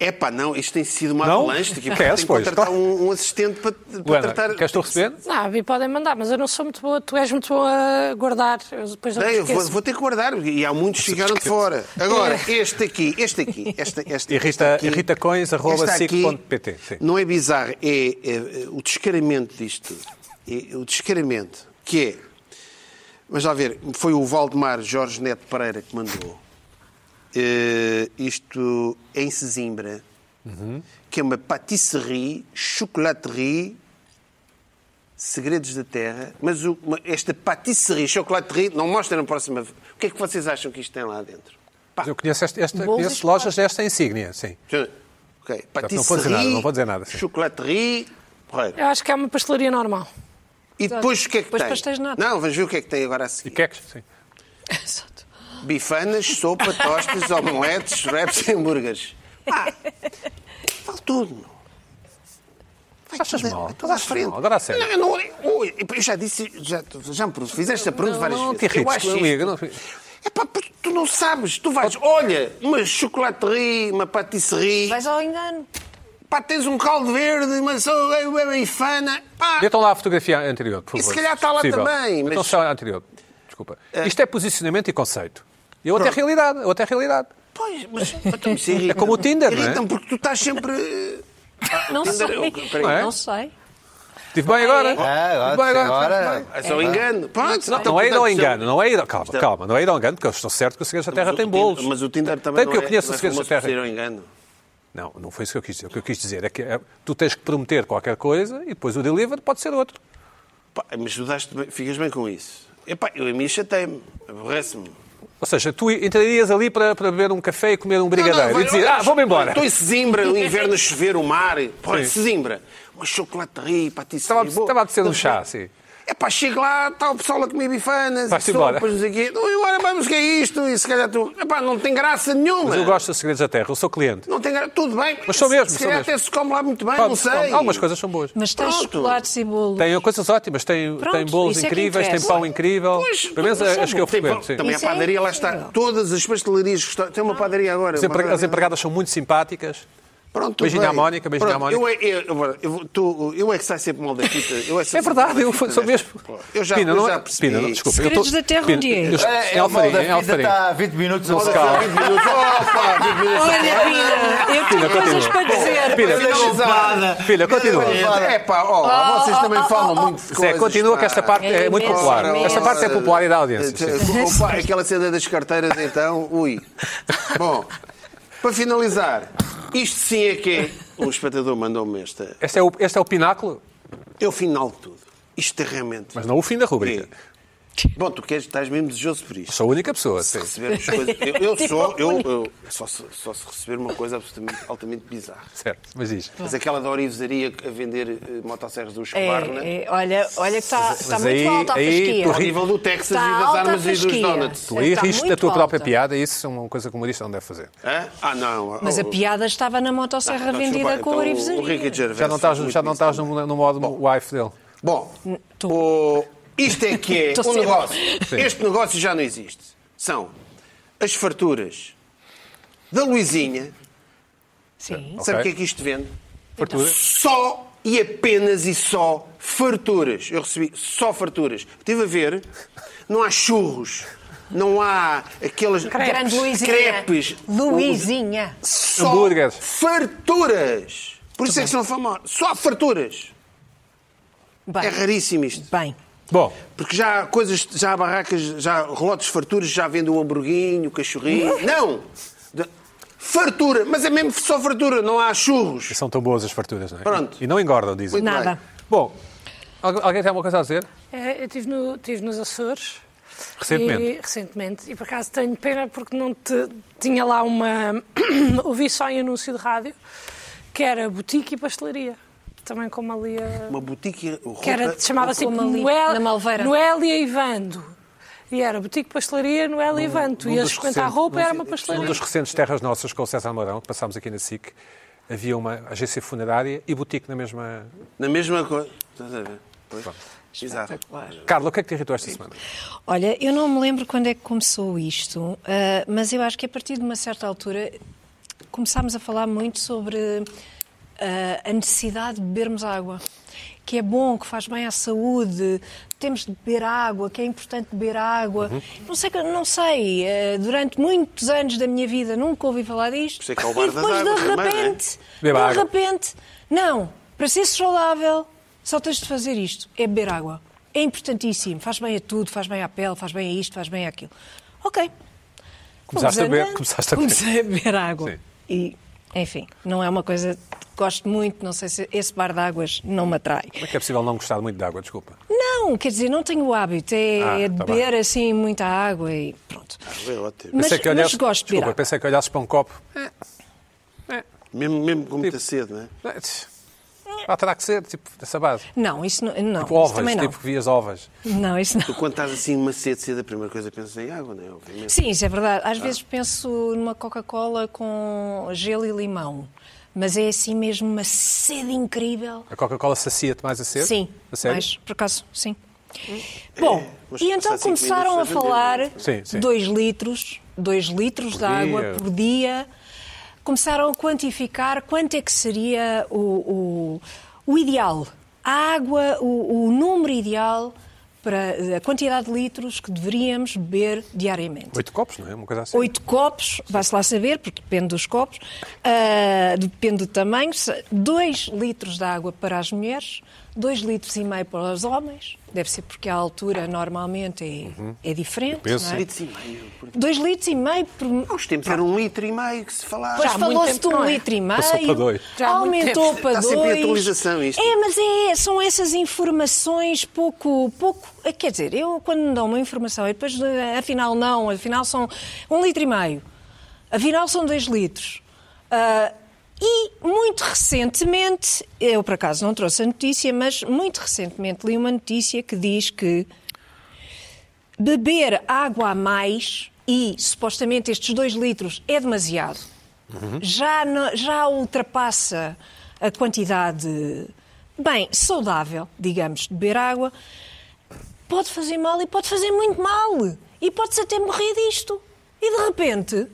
[SPEAKER 3] Epá, não, isto tem sido uma
[SPEAKER 1] Não?
[SPEAKER 3] avalanche. Tem que
[SPEAKER 1] Queres,
[SPEAKER 3] tenho que
[SPEAKER 1] pois,
[SPEAKER 3] contratar
[SPEAKER 1] claro.
[SPEAKER 3] um, um assistente para, para
[SPEAKER 1] Luana,
[SPEAKER 3] tratar.
[SPEAKER 1] queres tu receber?
[SPEAKER 4] Não, a mim podem mandar, mas eu não sou muito boa, tu és muito boa a guardar. Eu depois não
[SPEAKER 3] Bem,
[SPEAKER 4] me
[SPEAKER 3] eu vou,
[SPEAKER 4] esqueço.
[SPEAKER 3] vou ter que guardar, e há muitos que ficaram de fora. Agora, este aqui, este aqui, esta, esta,
[SPEAKER 1] Irrita-
[SPEAKER 3] esta aqui,
[SPEAKER 1] irritacões@sic.pt,
[SPEAKER 3] esta aqui
[SPEAKER 1] sim.
[SPEAKER 3] Não é bizarro, é, é, é o descaramento disto. tudo. É o descaramento, que é. Mas lá ver, foi o Valdemar Jorge Neto Pereira que mandou. Eh, isto em Sesimbra, que é uma patisserie, chocolaterie Segredos da Terra, mas o- uma- esta patisserie, chocolaterie, não mostra na próxima. O que é que vocês acham que isto tem lá dentro? Pá,
[SPEAKER 1] Mas Eu conheço, esta, esta-
[SPEAKER 5] Bolos e
[SPEAKER 1] conheço
[SPEAKER 5] chocolate.
[SPEAKER 1] lojas desta insígnia, sim.
[SPEAKER 3] deixa eu ver. ok,
[SPEAKER 1] Não vou dizer nada, não vou dizer nada, sim.
[SPEAKER 3] chocolaterie, porreiro.
[SPEAKER 4] Eu acho que é uma pastelaria normal.
[SPEAKER 3] E depois o que é que
[SPEAKER 5] Depois
[SPEAKER 3] tem?
[SPEAKER 5] pastéis de nata.
[SPEAKER 3] Não, vamos ver o que é que tem agora a
[SPEAKER 1] E
[SPEAKER 3] seguir.
[SPEAKER 1] queques, sim.
[SPEAKER 5] Exato.
[SPEAKER 3] Bifanas, sopa, tostas, omeletes, wraps e hambúrgueres. Ah, vale tudo, meu. Vai
[SPEAKER 1] Achas
[SPEAKER 3] tudo,
[SPEAKER 1] mal?
[SPEAKER 3] vai tudo à
[SPEAKER 1] Achas
[SPEAKER 3] frente.
[SPEAKER 1] mal? Agora a sério.
[SPEAKER 3] Não, eu, não, eu, eu já disse, já, já me fizeste esta pergunta várias
[SPEAKER 1] Não te
[SPEAKER 3] vezes. eu
[SPEAKER 1] irrites,
[SPEAKER 3] acho
[SPEAKER 1] não
[SPEAKER 3] isto-
[SPEAKER 1] liga. não-
[SPEAKER 3] É pá, pois tu não sabes. Tu vais, olha, uma chocolaterie, uma patisserie.
[SPEAKER 5] Vais ao engano.
[SPEAKER 3] Pá, tens um caldo verde, uma beifana. Pá,
[SPEAKER 1] Metam lá a fotografia anterior, por favor.
[SPEAKER 3] E se calhar está lá
[SPEAKER 1] possível.
[SPEAKER 3] também, mas-
[SPEAKER 1] Metam só a anterior. Desculpa. Isto é posicionamento e conceito. Eu até realidade, eu até realidade.
[SPEAKER 3] pois, mas então, isso irrita.
[SPEAKER 1] É como o Tinder, não é?
[SPEAKER 3] Irritam porque tu estás sempre... eh,
[SPEAKER 5] Ah, Não
[SPEAKER 3] Tinder,
[SPEAKER 5] sei.
[SPEAKER 3] eu- peraí.
[SPEAKER 1] Não é?
[SPEAKER 5] Não sei.
[SPEAKER 1] Estive bem agora?
[SPEAKER 3] Eh,
[SPEAKER 6] Ah,
[SPEAKER 1] Estive bem
[SPEAKER 6] agora-
[SPEAKER 1] Estive bem.
[SPEAKER 3] É só engano. Pronto, então,
[SPEAKER 1] Não, não é ir ao engano, não é ir ao... Calma, calma, não é ir ao engano, porque eu estou certo que o Segredos da Terra tem bolos.
[SPEAKER 3] Mas o Tinder também
[SPEAKER 1] Tem,
[SPEAKER 3] não
[SPEAKER 1] porque eu
[SPEAKER 3] é-
[SPEAKER 1] conheço
[SPEAKER 3] não
[SPEAKER 1] o
[SPEAKER 3] é
[SPEAKER 1] Segredos da
[SPEAKER 3] famoso por
[SPEAKER 1] Terra.
[SPEAKER 3] ir ao engano.
[SPEAKER 1] Não, não foi isso que eu quis dizer. O que eu quis dizer é que é, tu tens que prometer qualquer coisa e depois o deliver pode ser outro.
[SPEAKER 3] Pá, mas tu daste bem- ficas bem com isso. Epá, eu a mim chatei-me, aborrece-me.
[SPEAKER 1] Ou seja, tu entrarias ali para, para beber um café e comer um brigadeiro
[SPEAKER 3] Não, não,
[SPEAKER 1] e dizer,
[SPEAKER 3] olha,
[SPEAKER 1] ah, vou-me embora.
[SPEAKER 3] Estou em Sesimbra, o inverno a chover, o mar. Pô, é
[SPEAKER 1] Sim.
[SPEAKER 3] Sesimbra, uma chocolaterie, patisserie.
[SPEAKER 1] Estava a-
[SPEAKER 3] boa. Então,
[SPEAKER 1] estava a apetecer um chá, sim.
[SPEAKER 3] É pá, chego lá, está o pessoal a comer bifanas,
[SPEAKER 1] Vai-se
[SPEAKER 3] e sopas,
[SPEAKER 1] embora.
[SPEAKER 3] não sei o quê. Não, e Agora vamos, o que é isto? E se calhar tu... Epá, não tem graça nenhuma.
[SPEAKER 1] Mas eu gosto dos Segredos da Terra, eu sou cliente.
[SPEAKER 3] Não tem graça, tudo bem.
[SPEAKER 1] Mas sou mesmo,
[SPEAKER 3] Se
[SPEAKER 1] sou
[SPEAKER 3] calhar
[SPEAKER 1] mesmo.
[SPEAKER 3] até se come lá muito bem, não
[SPEAKER 1] Pode-
[SPEAKER 3] sei.
[SPEAKER 1] Algumas coisas são boas.
[SPEAKER 5] Mas tens
[SPEAKER 3] Pronto.
[SPEAKER 5] chocolates e bolo.
[SPEAKER 1] Tem coisas ótimas, tem,
[SPEAKER 5] Pronto,
[SPEAKER 1] tem bolos
[SPEAKER 5] isso é que
[SPEAKER 1] incríveis, tem
[SPEAKER 5] interessa.
[SPEAKER 1] pão incrível.
[SPEAKER 3] Pois,
[SPEAKER 1] Pelo menos
[SPEAKER 5] isso é
[SPEAKER 1] as que eu
[SPEAKER 5] bom.
[SPEAKER 3] Tem pão-
[SPEAKER 1] frequento, sim.
[SPEAKER 3] Também a
[SPEAKER 5] Isso é
[SPEAKER 3] padaria, lá está.
[SPEAKER 5] incrível.
[SPEAKER 3] Todas as pastelarias que estão... Tem uma padaria agora.
[SPEAKER 1] As, empre-
[SPEAKER 3] é uma-
[SPEAKER 1] as empregadas são muito simpáticas.
[SPEAKER 3] Pronto, tudo
[SPEAKER 1] Beijinho
[SPEAKER 3] bem.
[SPEAKER 1] à Mónica, beijinho
[SPEAKER 3] Pronto,
[SPEAKER 1] à Mónica.
[SPEAKER 3] Eu, é- eu, agora, eu, vou- tu- eu é que saio sempre mal da fita. Eu é, que saio
[SPEAKER 1] É
[SPEAKER 3] sempre
[SPEAKER 1] verdade,
[SPEAKER 3] mal da
[SPEAKER 1] eu
[SPEAKER 3] fita
[SPEAKER 1] sou
[SPEAKER 3] desta.
[SPEAKER 1] mesmo.
[SPEAKER 3] Eu já,
[SPEAKER 1] Pina,
[SPEAKER 3] eu
[SPEAKER 1] não
[SPEAKER 3] já
[SPEAKER 1] é-
[SPEAKER 3] percebi.
[SPEAKER 1] Pina, não, desculpa.
[SPEAKER 5] Segredos
[SPEAKER 1] eu tô-
[SPEAKER 5] da Terra um
[SPEAKER 1] Pina,
[SPEAKER 5] dia.
[SPEAKER 1] eu- Em
[SPEAKER 6] Olha, é o mal
[SPEAKER 1] Alfarinha,
[SPEAKER 6] da
[SPEAKER 1] em
[SPEAKER 6] vida,
[SPEAKER 1] Alfarinha.
[SPEAKER 6] está há 20 minutos a
[SPEAKER 3] Olha,
[SPEAKER 6] secar.
[SPEAKER 3] só 20 minutos. Opa, 20 minutos.
[SPEAKER 5] Olha, Pina, Ah, eu tenho
[SPEAKER 1] Pina,
[SPEAKER 5] coisas
[SPEAKER 1] continua.
[SPEAKER 5] para dizer.
[SPEAKER 1] Pina, Filha, continua.
[SPEAKER 3] É pá,
[SPEAKER 5] Ah,
[SPEAKER 3] ó, vocês também falam muito de
[SPEAKER 1] Zé,
[SPEAKER 3] coisas,
[SPEAKER 1] continua que
[SPEAKER 3] pá.
[SPEAKER 1] esta parte é,
[SPEAKER 5] É
[SPEAKER 1] muito
[SPEAKER 5] imenso,
[SPEAKER 1] popular.
[SPEAKER 5] imenso.
[SPEAKER 1] Esta parte é popular e dá audiência.
[SPEAKER 3] É,
[SPEAKER 1] sim.
[SPEAKER 3] Opa, aquela cena das carteiras, então, ui. Bom, para finalizar, isto sim é que é. Um espectador mandou-me esta.
[SPEAKER 1] Este é, o, este é o pináculo,
[SPEAKER 3] É o final de tudo. Isto é realmente.
[SPEAKER 1] mas não o fim da rubrica.
[SPEAKER 3] Bom, tu queres, estás mesmo desejoso por isto.
[SPEAKER 1] Sou a única pessoa.
[SPEAKER 3] Se
[SPEAKER 1] sim.
[SPEAKER 3] recebermos coisas. Eu, eu
[SPEAKER 5] Tipo,
[SPEAKER 3] sou. Eu, eu- só, se, só se receber uma coisa absolutamente, altamente bizarra.
[SPEAKER 1] Certo, mas diz.
[SPEAKER 3] Mas aquela da orivesaria a vender eh, motosserras do Escobarna.
[SPEAKER 5] É, é, olha, olha que está está
[SPEAKER 1] né? Mas aí-
[SPEAKER 5] muito alta a
[SPEAKER 1] aí
[SPEAKER 5] fasquia.
[SPEAKER 1] tu
[SPEAKER 3] Ao
[SPEAKER 1] ri-
[SPEAKER 3] nível do Texas
[SPEAKER 5] Está
[SPEAKER 3] e das
[SPEAKER 5] alta
[SPEAKER 3] armas e dos
[SPEAKER 5] fasquia.
[SPEAKER 3] donuts.
[SPEAKER 1] Tu aí
[SPEAKER 5] Está
[SPEAKER 1] riste da
[SPEAKER 5] muito
[SPEAKER 1] tua
[SPEAKER 5] alta.
[SPEAKER 1] própria piada, isso é uma coisa que o humorista não deve fazer.
[SPEAKER 3] Hã? Ah, não.
[SPEAKER 5] Mas a
[SPEAKER 3] Oh,
[SPEAKER 5] piada estava na
[SPEAKER 1] Ah,
[SPEAKER 5] motosserra
[SPEAKER 3] não,
[SPEAKER 5] vendida
[SPEAKER 3] desculpa,
[SPEAKER 5] com
[SPEAKER 3] então
[SPEAKER 5] a
[SPEAKER 3] O Ricky
[SPEAKER 5] orivesaria.
[SPEAKER 3] Gervais
[SPEAKER 1] Já não estás,
[SPEAKER 3] faz
[SPEAKER 1] já
[SPEAKER 3] muito
[SPEAKER 1] não
[SPEAKER 3] isso.
[SPEAKER 1] estás no, no modo wife dele.
[SPEAKER 3] Bom, o- isto é que é
[SPEAKER 5] Tô
[SPEAKER 3] um
[SPEAKER 5] sempre-
[SPEAKER 3] negócio. Este negócio já não existe. São as farturas da Luizinha.
[SPEAKER 5] Sim.
[SPEAKER 3] Sabe o que
[SPEAKER 1] Ok.
[SPEAKER 3] é que isto vende?
[SPEAKER 1] Fartura.
[SPEAKER 3] Só e apenas e só farturas. Eu recebi só farturas. Estive a ver, não há churros, não há aquelas
[SPEAKER 5] Grande Luizinha.
[SPEAKER 3] crepes,
[SPEAKER 5] Luizinha.
[SPEAKER 3] só
[SPEAKER 1] Hambúrgueres.
[SPEAKER 3] farturas. Por isso é que são famosos. Só há farturas.
[SPEAKER 5] Bem,
[SPEAKER 3] É raríssimo isto.
[SPEAKER 5] Bem.
[SPEAKER 1] Bom,
[SPEAKER 3] Porque já há coisas, já há barracas, já há relotes de farturas, já vende o hamburguinho, o cachorrinho.
[SPEAKER 5] Hum?
[SPEAKER 3] Não! De- Fartura, mas é mesmo só fartura, não há churros.
[SPEAKER 1] são tão boas as farturas, não é?
[SPEAKER 3] Pronto.
[SPEAKER 1] E não engordam, dizem.
[SPEAKER 3] Muito
[SPEAKER 5] Nada.
[SPEAKER 3] bem.
[SPEAKER 1] Bom, algu- alguém tem alguma coisa a dizer?
[SPEAKER 4] É, Eu estive no, tive nos Açores.
[SPEAKER 1] Recentemente.
[SPEAKER 4] E, recentemente. E por acaso tenho pena porque não te, tinha lá uma. ouvi só em anúncio de rádio que era boutique e pastelaria. Também como ali a.
[SPEAKER 3] Uma boutique roupa,
[SPEAKER 4] Que era, chamava-se
[SPEAKER 5] Como ali,
[SPEAKER 4] Noel,
[SPEAKER 5] na Malveira.
[SPEAKER 4] Noélia e Vando. E era boutique pastelaria no El Ivanto. E a
[SPEAKER 1] Um dos
[SPEAKER 4] 50 a
[SPEAKER 1] recentes-
[SPEAKER 4] roupa
[SPEAKER 1] num-
[SPEAKER 4] era uma
[SPEAKER 1] Num
[SPEAKER 4] pastelaria.
[SPEAKER 1] dos recentes Terras Nossas com o César Mourão, que passámos aqui na SIC, havia uma agência funerária e boutique na mesma.
[SPEAKER 3] Na mesma coisa. Estás a ver? Pois. Exato.
[SPEAKER 1] Carla, o que é que te irritou esta semana?
[SPEAKER 5] Olha, eu não me lembro quando é que começou isto, ah, mas eu acho que a partir de uma certa altura começámos a falar muito sobre ah, a necessidade de bebermos água. Que é bom, que faz bem à saúde, temos de beber água, que é importante beber água.
[SPEAKER 3] Uhum.
[SPEAKER 5] Não sei, que- não sei ah, durante muitos anos da minha vida nunca ouvi falar disto.
[SPEAKER 3] isso é que é o bar
[SPEAKER 5] e
[SPEAKER 3] das
[SPEAKER 5] depois,
[SPEAKER 3] águas
[SPEAKER 5] de
[SPEAKER 3] também,
[SPEAKER 5] repente,
[SPEAKER 3] não é?
[SPEAKER 1] Beba
[SPEAKER 5] de
[SPEAKER 1] água.
[SPEAKER 5] repente, não, para ser saudável, só tens de fazer isto, é beber água. É importantíssimo, faz bem a tudo, faz bem à pele, faz bem a isto, faz bem àquilo. Ok.
[SPEAKER 1] Começaste a
[SPEAKER 5] Vamos
[SPEAKER 1] beber-
[SPEAKER 5] andando,
[SPEAKER 1] começaste a beber.
[SPEAKER 5] Comecei a beber água.
[SPEAKER 1] Sim.
[SPEAKER 5] E, enfim, não é uma coisa que gosto muito, não sei se esse bar de águas não me atrai.
[SPEAKER 1] Como é que é possível não gostar muito de água? Desculpa.
[SPEAKER 5] Não, quer dizer, não tenho o hábito, é,
[SPEAKER 1] Ah,
[SPEAKER 5] é de
[SPEAKER 1] tá bem.
[SPEAKER 5] beber assim muita água e pronto.
[SPEAKER 3] É ótimo.
[SPEAKER 5] Mas,
[SPEAKER 1] Pensei que olhasses-
[SPEAKER 5] mas gosto de beber
[SPEAKER 1] Desculpa,
[SPEAKER 5] água.
[SPEAKER 1] pensei que olhasses para um copo.
[SPEAKER 3] Mesmo, mesmo com muita cedo, não é?
[SPEAKER 1] Eh, tch, Ah, terá que ser, tipo, dessa base.
[SPEAKER 5] Não, isso não, não
[SPEAKER 1] Tipo
[SPEAKER 5] isso também
[SPEAKER 1] ovas,
[SPEAKER 5] não.
[SPEAKER 1] tipo que vias ovas.
[SPEAKER 5] Não, isso não.
[SPEAKER 3] Tu quando estás assim uma cedo, cedo, a primeira coisa que pensas é em água, não é? Obviamente.
[SPEAKER 5] Sim, isso é verdade.
[SPEAKER 1] Ah.
[SPEAKER 5] Às vezes penso numa Coca-Cola com gelo e limão, mas é assim mesmo uma sede incrível.
[SPEAKER 1] A Coca-Cola sacia-te mais a cedo?
[SPEAKER 5] Sim,
[SPEAKER 1] A sério? Hum. É,
[SPEAKER 5] mas por acaso, sim. Bom,
[SPEAKER 3] mas
[SPEAKER 5] e
[SPEAKER 3] passar
[SPEAKER 5] então
[SPEAKER 3] cinco minutos
[SPEAKER 5] começaram a
[SPEAKER 3] a vender,
[SPEAKER 5] falar
[SPEAKER 3] não
[SPEAKER 1] Sim, sim.
[SPEAKER 5] 2 litros, 2 litros
[SPEAKER 1] Por
[SPEAKER 5] de água
[SPEAKER 1] dia.
[SPEAKER 5] por dia. Começaram a quantificar quanto é que seria o, o, o ideal. A água, o, o número ideal para a quantidade de litros que deveríamos beber diariamente.
[SPEAKER 1] Oito copos, não é? Uma coisa assim.
[SPEAKER 5] Oito copos, vai-se lá saber, porque depende dos copos, ah, depende do tamanho. se- Dois litros de água para as mulheres, dois litros e meio para os homens. Deve ser porque a altura normalmente é, é diferente.
[SPEAKER 1] penso.
[SPEAKER 5] não é?
[SPEAKER 3] Litros e meio. por-
[SPEAKER 5] Dois litros e meio por.
[SPEAKER 3] Há uns tempos era um litro e meio que se falava.
[SPEAKER 5] Depois
[SPEAKER 4] há muito
[SPEAKER 5] falou-se de
[SPEAKER 4] tempo,
[SPEAKER 5] um
[SPEAKER 4] não é?
[SPEAKER 5] litro e meio.
[SPEAKER 1] Passou para dois.
[SPEAKER 4] Já há muito
[SPEAKER 5] aumentou
[SPEAKER 4] tempo.
[SPEAKER 5] para
[SPEAKER 3] Está
[SPEAKER 5] dois.
[SPEAKER 3] sempre em atualização isto.
[SPEAKER 5] É, mas é, são essas informações pouco, pouco. é, Quer dizer, eu quando me dão uma informação e depois eh, afinal não, afinal são um litro e meio, afinal são dois litros. Ah, e muito recentemente, eu por acaso não trouxe a notícia, mas muito recentemente li uma notícia que diz que beber água a mais e supostamente estes dois litros é demasiado,
[SPEAKER 1] Uhum.
[SPEAKER 5] já, no- já ultrapassa a quantidade, bem, saudável, digamos, de beber água, pode fazer mal e pode fazer muito mal. E pode-se até morrer disto. E de repente,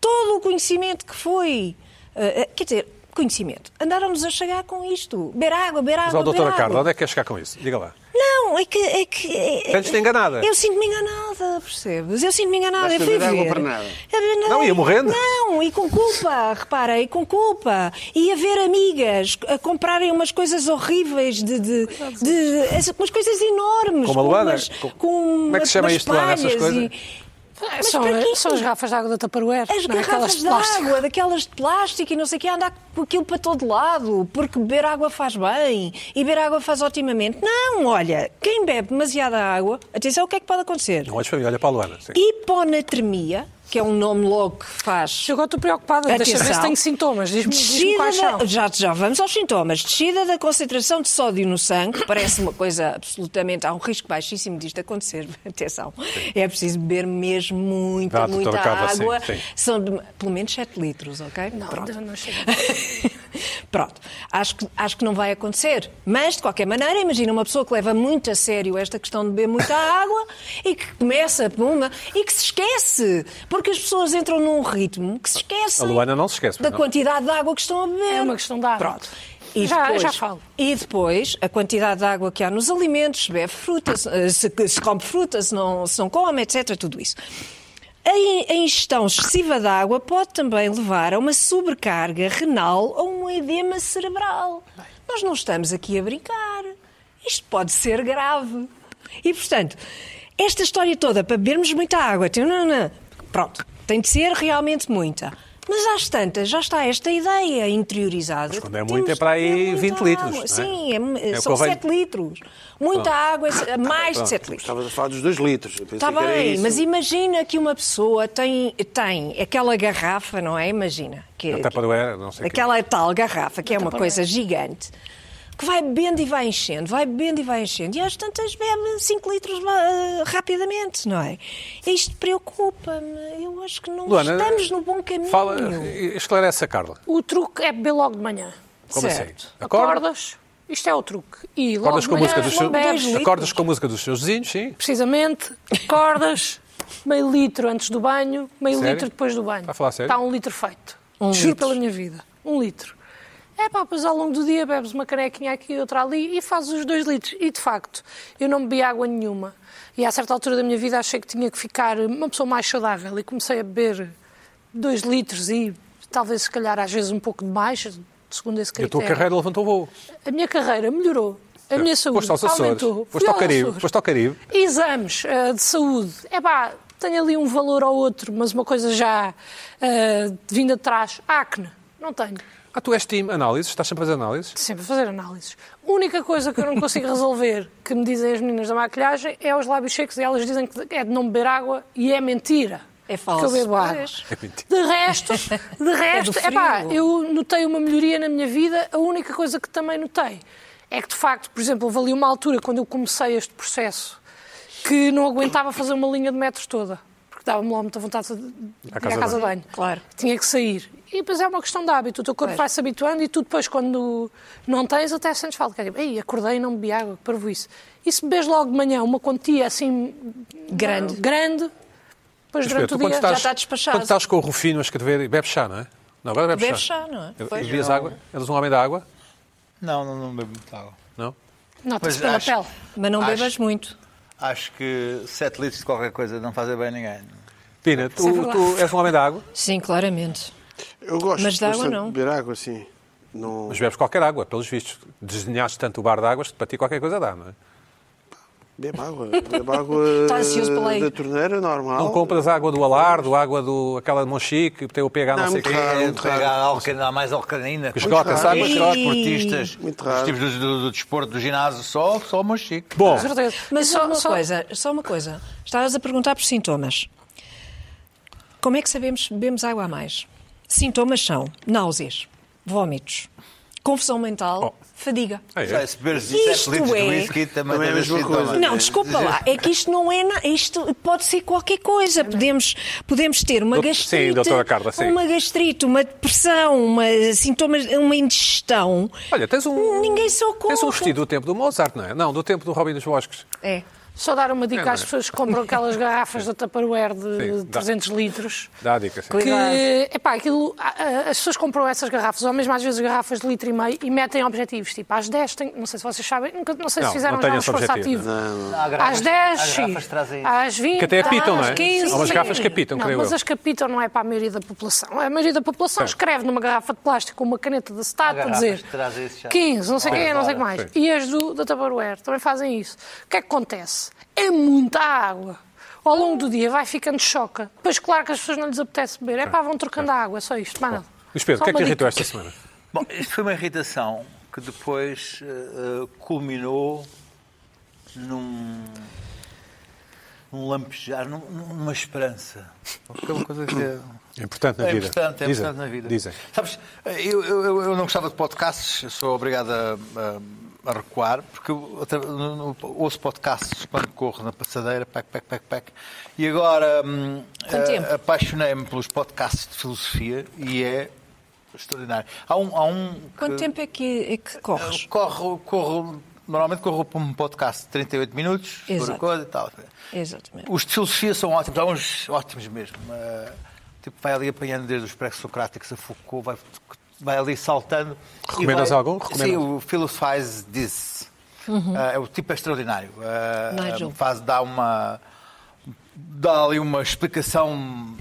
[SPEAKER 5] todo o conhecimento que foi. eh, eh, quer dizer, conhecimento. Andaram-nos a chegar com isto. Beber água, beber
[SPEAKER 1] Mas,
[SPEAKER 5] água.
[SPEAKER 1] ó,
[SPEAKER 5] beber
[SPEAKER 1] doutora
[SPEAKER 5] água.
[SPEAKER 1] Carla, onde é que queres chegar com isso? Diga lá.
[SPEAKER 5] Não, é que. É que é-
[SPEAKER 1] Antes de enganada.
[SPEAKER 5] Eu sinto-me enganada, percebes? Eu sinto-me enganada.
[SPEAKER 3] Vais
[SPEAKER 5] Eu fui
[SPEAKER 3] beber água
[SPEAKER 5] ver.
[SPEAKER 3] para nada.
[SPEAKER 5] Eu bebi nada.
[SPEAKER 1] Não, ia morrendo.
[SPEAKER 5] Não, e com culpa, repara, e com culpa. E a ver amigas a comprarem umas coisas horríveis, de, de, de- as- umas coisas enormes.
[SPEAKER 1] Como a Luana?
[SPEAKER 5] umas-
[SPEAKER 1] Com-
[SPEAKER 5] com
[SPEAKER 1] Como é que se chama
[SPEAKER 5] umas
[SPEAKER 1] isto, Luana, essas
[SPEAKER 5] palhas
[SPEAKER 1] coisas?
[SPEAKER 5] e-
[SPEAKER 4] É,
[SPEAKER 5] Mas
[SPEAKER 4] São,
[SPEAKER 5] para quê?
[SPEAKER 4] são as garrafas de água da Tupperware,
[SPEAKER 5] As
[SPEAKER 4] não é? aquelas
[SPEAKER 5] garrafas
[SPEAKER 4] de
[SPEAKER 5] de
[SPEAKER 4] plástico.
[SPEAKER 5] água, daquelas de plástico e não sei o que, andar com aquilo para todo lado, porque beber água faz bem e beber água faz otimamente. Não, olha, quem bebe demasiada água, atenção, o que é que pode acontecer?
[SPEAKER 1] Não olhes um para mim, olha para a Luana. Sim.
[SPEAKER 5] Hiponatremia, que é um nome logo que faz.
[SPEAKER 4] Chegou, estou preocupada, deixa ver se
[SPEAKER 5] Atenção.
[SPEAKER 4] tenho sintomas. Diz-me diz
[SPEAKER 5] Descida
[SPEAKER 4] quais são.
[SPEAKER 5] da- já, já vamos aos sintomas. Descida da concentração de sódio no sangue, que parece uma coisa absolutamente. Há um risco baixíssimo disto acontecer. Atenção. É preciso beber mesmo muita,
[SPEAKER 1] Dá, doutora
[SPEAKER 5] muita
[SPEAKER 1] Carla, sim,
[SPEAKER 5] água.
[SPEAKER 1] sim.
[SPEAKER 5] São de- pelo menos 7 litros, ok?
[SPEAKER 4] Não,
[SPEAKER 5] Pronto.
[SPEAKER 4] não chega.
[SPEAKER 5] Pronto, acho que, acho que não vai acontecer. Mas, de qualquer maneira, imagina uma pessoa que leva muito a sério esta questão de beber muita água e que começa por uma e que se esquece, porque as pessoas entram num ritmo que se esquecem
[SPEAKER 1] A Luana não se esquece, pois
[SPEAKER 5] da
[SPEAKER 1] não?
[SPEAKER 5] quantidade de água que estão a beber.
[SPEAKER 4] É uma questão de hábito.
[SPEAKER 5] Pronto. E
[SPEAKER 4] Já-
[SPEAKER 5] depois,
[SPEAKER 4] já falo.
[SPEAKER 5] E depois, a quantidade de água que há nos alimentos, se bebe fruta, se, se- se come fruta, se não, se não come, etc., tudo isso. A in- a ingestão excessiva de água pode também levar a uma sobrecarga renal ou um edema cerebral. Nós não estamos aqui a brincar. Isto pode ser grave. E, portanto, esta história toda para bebermos muita água, tê- nã- nã, pronto, tem de ser realmente muita. Mas às tantas já está esta ideia interiorizada. Mas
[SPEAKER 1] quando é muito é para aí 20 litros, não é?
[SPEAKER 5] Sim, é-
[SPEAKER 1] É o que
[SPEAKER 5] são
[SPEAKER 1] eu venho- Ah. Tá
[SPEAKER 5] 7 litros. Muita água, é mais de 7 litros.
[SPEAKER 3] Estavas a falar dos dois litros. Eu pensei
[SPEAKER 5] Está
[SPEAKER 3] que era
[SPEAKER 5] Tá bem,
[SPEAKER 3] isso.
[SPEAKER 5] mas imagina que uma pessoa tem, tem aquela garrafa, não é? Imagina. Que,
[SPEAKER 1] A Tupperware, não sei o quê.
[SPEAKER 5] aquela tal garrafa, que é uma coisa gigante, que que vai bebendo e vai enchendo, vai bebendo e vai enchendo. E às tantas bebe 5 litros ah, rapidamente, não é? Isto preocupa-me. Eu acho que não
[SPEAKER 1] Luana,
[SPEAKER 5] estamos no bom caminho.
[SPEAKER 1] Fala, esclarece a Carla.
[SPEAKER 4] O truque é beber logo de manhã.
[SPEAKER 1] Como
[SPEAKER 5] Certo.
[SPEAKER 1] assim? Acorda,
[SPEAKER 4] Acordas, isto é o truque. E logo
[SPEAKER 1] acordas
[SPEAKER 4] de
[SPEAKER 1] com, a
[SPEAKER 4] manhã,
[SPEAKER 1] música dos
[SPEAKER 4] logo bebes.
[SPEAKER 5] dois
[SPEAKER 1] seus, acordas com a música dos seus vizinhos, sim.
[SPEAKER 4] precisamente, acordas, meio litro antes do banho, meio
[SPEAKER 1] Sério?
[SPEAKER 4] litro depois do banho.
[SPEAKER 1] Está a falar sério?
[SPEAKER 4] Está um litro feito. Juro pela minha vida. Um litro. É pá, pois ao longo do dia bebes uma canequinha aqui e outra ali e fazes os dois litros. E de facto, eu não bebi água nenhuma. E a certa altura da minha vida achei que tinha que ficar uma pessoa mais saudável e comecei a beber dois litros e talvez se calhar às vezes um pouco de mais, segundo esse
[SPEAKER 1] E a
[SPEAKER 4] critério.
[SPEAKER 1] tua carreira levantou voo.
[SPEAKER 4] A minha carreira melhorou. A minha saúde
[SPEAKER 1] Foste aos Açores,
[SPEAKER 4] aumentou.
[SPEAKER 1] foste
[SPEAKER 4] Fui
[SPEAKER 1] ao
[SPEAKER 4] aos
[SPEAKER 1] Caribe,
[SPEAKER 4] Açores.
[SPEAKER 1] foste ao Caribe.
[SPEAKER 4] Exames ah, de saúde. É pá, tenho ali um valor ou outro, mas uma coisa já ah, vinda atrás. Acne. Não tenho.
[SPEAKER 1] Ah, tu és time análises, estás sempre a fazer análises.
[SPEAKER 4] Sempre a fazer análises. Única coisa que eu não consigo resolver, que me dizem as meninas da maquilhagem, é os lábios secos e elas dizem que é de não beber água e é mentira.
[SPEAKER 5] É falso.
[SPEAKER 4] Que eu bebo água.
[SPEAKER 5] Pois.
[SPEAKER 1] É mentira.
[SPEAKER 4] De resto, de resto,
[SPEAKER 5] frio.
[SPEAKER 4] é pá, eu notei uma melhoria na minha vida. A única coisa que também notei é que, de facto, por exemplo, houve ali uma altura, quando eu comecei este processo, que não aguentava fazer uma linha de metros toda, porque dava-me lá muita vontade de ir à
[SPEAKER 1] casa
[SPEAKER 4] casa,
[SPEAKER 1] de
[SPEAKER 4] de banho.
[SPEAKER 5] Claro.
[SPEAKER 4] Tinha que sair. E depois é uma questão de hábito. O teu corpo vai-se habituando e tu depois, quando não tens, até sentes falta. Quer dizer, Ei, acordei e não bebi água, que parvo isso. E se bebes logo de manhã uma quantia assim...
[SPEAKER 5] Grande.
[SPEAKER 4] Grande,
[SPEAKER 1] Mas,
[SPEAKER 4] depois
[SPEAKER 1] Pedro,
[SPEAKER 4] durante
[SPEAKER 1] tu
[SPEAKER 4] o dia...
[SPEAKER 5] já está despachado.
[SPEAKER 1] Quando estás com o Rufino a escrever, e bebes chá, não é? Não, agora bebes
[SPEAKER 5] Bebe
[SPEAKER 1] chá.
[SPEAKER 5] chá, não é? Pois.
[SPEAKER 1] Bebias água? Eres um homem da água?
[SPEAKER 6] Não, não, não bebo muita água.
[SPEAKER 1] Não?
[SPEAKER 4] Nota-se
[SPEAKER 6] Mas
[SPEAKER 4] pela
[SPEAKER 6] acho-
[SPEAKER 4] pele.
[SPEAKER 5] Mas não
[SPEAKER 6] Acho-
[SPEAKER 5] bebas muito.
[SPEAKER 6] Acho que 7 litros de qualquer coisa não fazem bem a ninguém.
[SPEAKER 1] Pina, tu, tu és um homem da água,
[SPEAKER 5] Sim, claramente.
[SPEAKER 3] Eu gosto
[SPEAKER 5] Mas de água,
[SPEAKER 3] bastante
[SPEAKER 5] não.
[SPEAKER 3] de beber água, sim. Não...
[SPEAKER 1] mas bebes qualquer água, pelos vistos. Desenhaste tanto o bar de águas que para ti qualquer coisa dá, não é?
[SPEAKER 3] Bebo água. Bebo água
[SPEAKER 4] Tá
[SPEAKER 3] eh,
[SPEAKER 5] Está
[SPEAKER 4] assim
[SPEAKER 5] ansioso pela aí.
[SPEAKER 3] da torneira, normal.
[SPEAKER 1] Não compras água do Alardo, água do aquela de Monchique, que tem o pH não,
[SPEAKER 3] Não,
[SPEAKER 1] sei
[SPEAKER 3] muito
[SPEAKER 1] quê.
[SPEAKER 3] raro.
[SPEAKER 6] É,
[SPEAKER 3] muito
[SPEAKER 6] pegar alcalina, há mais alcalina.
[SPEAKER 1] esgota, sabe?
[SPEAKER 6] Os
[SPEAKER 1] Esgota.
[SPEAKER 6] desportistas,
[SPEAKER 3] Muito
[SPEAKER 6] os
[SPEAKER 3] raro.
[SPEAKER 6] tipos do, do- do desporto, do ginásio, só, só o Monchique.
[SPEAKER 1] Bom,
[SPEAKER 4] Com certeza.
[SPEAKER 5] Mas
[SPEAKER 4] E
[SPEAKER 5] só, uma coisa, só uma coisa. Estavas a perguntar por sintomas. Como é que sabemos se bebemos água a mais? Sintomas são náuseas, vómitos, confusão mental, fadiga.
[SPEAKER 1] é, é.
[SPEAKER 6] Se beberes
[SPEAKER 5] Isto
[SPEAKER 6] 7 litros
[SPEAKER 5] é-
[SPEAKER 6] de whisky, também,
[SPEAKER 3] Também é a
[SPEAKER 6] tens assim,
[SPEAKER 3] mesma
[SPEAKER 6] sintomas.
[SPEAKER 3] coisa.
[SPEAKER 5] Não, desculpa lá, é que isto não é na, isto pode ser qualquer coisa. Podemos, podemos ter uma
[SPEAKER 1] Doutor- sim,
[SPEAKER 5] gastrite,
[SPEAKER 1] doutora Carla, sim.
[SPEAKER 5] uma gastrite, uma depressão, uma sintomas, uma indigestão.
[SPEAKER 1] Olha, tens um.
[SPEAKER 5] Ninguém se ocupa.
[SPEAKER 1] Tens um vestido do tempo do Mozart, não é? Não, do tempo do Robin dos Bosques.
[SPEAKER 5] É.
[SPEAKER 4] Só dar uma dica às pessoas que compram aquelas garrafas da Tupperware de
[SPEAKER 1] Sim, dá.
[SPEAKER 4] 300 litros.
[SPEAKER 1] Dá a dica, sim.
[SPEAKER 5] Cuidado.
[SPEAKER 4] Que, epá, aquilo, a- a- as pessoas compram essas garrafas, ou mesmo às vezes garrafas de litro e meio, e metem objetivos. Tipo, às 10, tem, não sei se vocês sabem, nunca, não sei
[SPEAKER 1] Não,
[SPEAKER 4] se fizeram
[SPEAKER 1] não tenho
[SPEAKER 4] já um
[SPEAKER 1] esse
[SPEAKER 4] esforço
[SPEAKER 1] objetivo.
[SPEAKER 4] ativo.
[SPEAKER 6] Há garrafas-
[SPEAKER 4] Às 10,
[SPEAKER 6] há garrafas
[SPEAKER 4] sim.
[SPEAKER 6] trazem-
[SPEAKER 4] às 20,
[SPEAKER 1] Que até apitam, não
[SPEAKER 4] às
[SPEAKER 1] é?
[SPEAKER 4] 15.
[SPEAKER 1] Há umas
[SPEAKER 4] sim.
[SPEAKER 1] garrafas que apitam,
[SPEAKER 4] não,
[SPEAKER 1] creio
[SPEAKER 4] mas
[SPEAKER 1] eu.
[SPEAKER 4] as que apitam não é para a maioria da população. A maioria da população escreve numa garrafa de plástico com uma caneta de acetato a
[SPEAKER 6] garrafas
[SPEAKER 4] dizer
[SPEAKER 6] que trazem esse já.
[SPEAKER 4] 15, não sei o quê, não sei o que mais.
[SPEAKER 1] Sim.
[SPEAKER 4] E as do, da Tupperware também fazem isso. O que é que acontece? É muita água. Ao longo do dia vai ficando choca. Depois, claro que as pessoas não lhes apetece beber. É pá, vão trocando a água, é só isto, mais nada.
[SPEAKER 1] Luís Pedro,
[SPEAKER 4] Só
[SPEAKER 1] o que é que
[SPEAKER 4] uma
[SPEAKER 1] te irritou
[SPEAKER 4] dica.
[SPEAKER 1] esta semana?
[SPEAKER 6] Bom, isto foi uma irritação que depois eh, eh, culminou num, num lampejar, num- numa esperança. Aquela coisa que
[SPEAKER 1] É importante na
[SPEAKER 6] é
[SPEAKER 1] vida.
[SPEAKER 6] importante, é
[SPEAKER 1] Dizem,
[SPEAKER 6] importante na vida.
[SPEAKER 1] Dizem.
[SPEAKER 6] Sabes, eu, eu, eu- eu não gostava de podcasts, eu sou obrigado a, a- a recuar, porque eu outra- no- no- ouço podcasts quando corro na passadeira, pac, pac, pac, pac. E agora hum,
[SPEAKER 5] Quanto
[SPEAKER 6] eh,
[SPEAKER 5] tempo?
[SPEAKER 6] apaixonei-me pelos podcasts de filosofia e é extraordinário. Há um, há um que-
[SPEAKER 1] Eh,
[SPEAKER 5] Quanto tempo é que, é que corres?
[SPEAKER 6] eu corro, corro, normalmente corro para um podcast de 38 minutos, por
[SPEAKER 5] Exato.
[SPEAKER 6] coisa e tal.
[SPEAKER 5] Exatamente.
[SPEAKER 6] Os de filosofia são ótimos, há uns ótimos mesmo. Eh, tipo, vai ali apanhando desde os pré-socráticos a Foucault, vai, vai ali saltando. e
[SPEAKER 1] Recomendas
[SPEAKER 6] vai-
[SPEAKER 1] algum?
[SPEAKER 6] Sim,
[SPEAKER 1] Recomendas?
[SPEAKER 6] o Philosophize This. Eh, é o tipo extraordinário. Eh,
[SPEAKER 5] Nigel.
[SPEAKER 6] faz, dá uma. dá ali uma explicação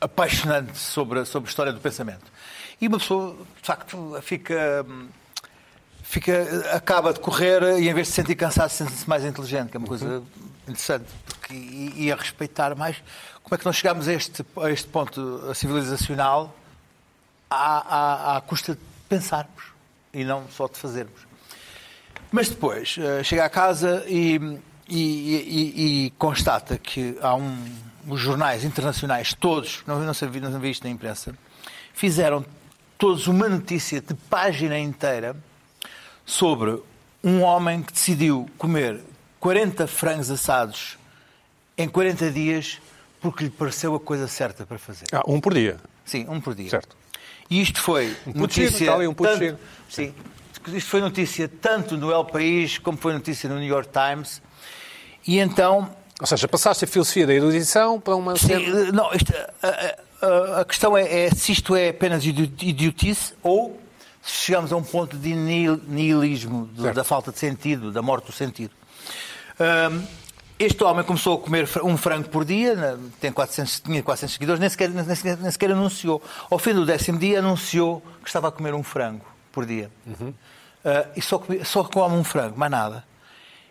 [SPEAKER 6] apaixonante sobre, a- sobre a história do pensamento. E uma pessoa, de facto, fica. hum, fica acaba de correr e em vez de se sentir cansado, sente-se mais inteligente, que é uma coisa interessante. Porque, e, e a respeitar mais. Como é que nós chegámos a este, a este ponto civilizacional à, à- à custa de pensarmos e não só de fazermos? Mas depois eh, chega à casa e, e- e- e- e constata que há um, os jornais internacionais, todos, não, não, sabia, não vi isto na imprensa, fizeram todos uma notícia de página inteira sobre um homem que decidiu comer 40 frangos assados em 40 dias porque lhe pareceu a coisa certa para fazer.
[SPEAKER 1] Ah, um por dia.
[SPEAKER 6] Sim, um por dia.
[SPEAKER 1] Certo.
[SPEAKER 6] E isto foi
[SPEAKER 1] puto
[SPEAKER 6] notícia...
[SPEAKER 1] giro, tal, e um puto
[SPEAKER 6] tanto-
[SPEAKER 1] giro.
[SPEAKER 6] Sim. Isto foi notícia tanto no El País como foi notícia no New York Times. E então...
[SPEAKER 1] Ou seja, passaste a filosofia da erudição para uma... cena-
[SPEAKER 6] Sim, eh, não, isto, a, a- a- a questão é, é se isto é apenas idi- idiotice ou se chegamos a um ponto de nihil- nihilismo, do- da falta de sentido, da morte do sentido. Hum, este homem começou a comer fra- um frango por dia, na- tem 400, tinha 400 seguidores, nem sequer, nem, sequer, nem sequer anunciou. Ao fim do décimo dia, anunciou que estava a comer um frango por dia. Ah, e só, comi- só come um frango, mais nada.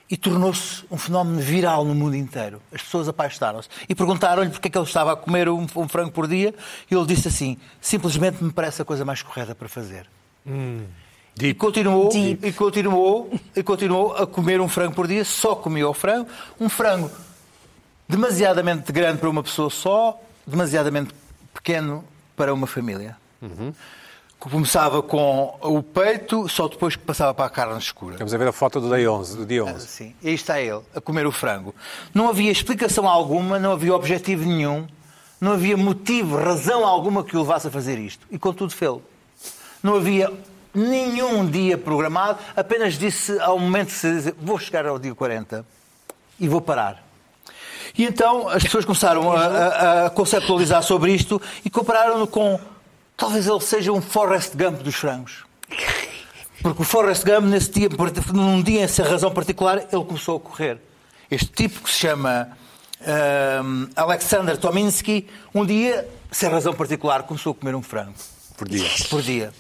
[SPEAKER 6] E tornou-se um fenómeno viral no mundo inteiro. As pessoas apaixonaram-se. E perguntaram-lhe porque é que ele estava a comer um, um frango por dia. E ele disse assim: simplesmente me parece a coisa mais correta para fazer. E continuou, e continuou, e continuou a comer um frango por dia, só comia o frango, um frango demasiadamente grande para uma pessoa só, demasiadamente pequeno para uma família. Começava com o peito, só depois que passava para a carne escura.
[SPEAKER 1] Estamos a ver a foto do dia 11. Do dia 11.
[SPEAKER 6] Ah, Sim, e aí está ele, a comer o frango. Não havia explicação alguma, não havia objetivo nenhum, não havia motivo, razão alguma que o levasse a fazer isto. E contudo fê-lo. Não havia nenhum dia programado, apenas disse ao momento que se dizia, vou chegar ao dia 40 e vou parar. E então as pessoas começaram a, a- a conceptualizar sobre isto e compararam-no com talvez ele seja um Forrest Gump dos frangos. Porque o Forrest Gump, nesse dia, num dia, essa razão particular, ele começou a correr. Este tipo que se chama ahm, Alexander Tominsky, um dia, sem razão particular, começou a comer um frango.
[SPEAKER 1] Por dia.
[SPEAKER 6] Por dia.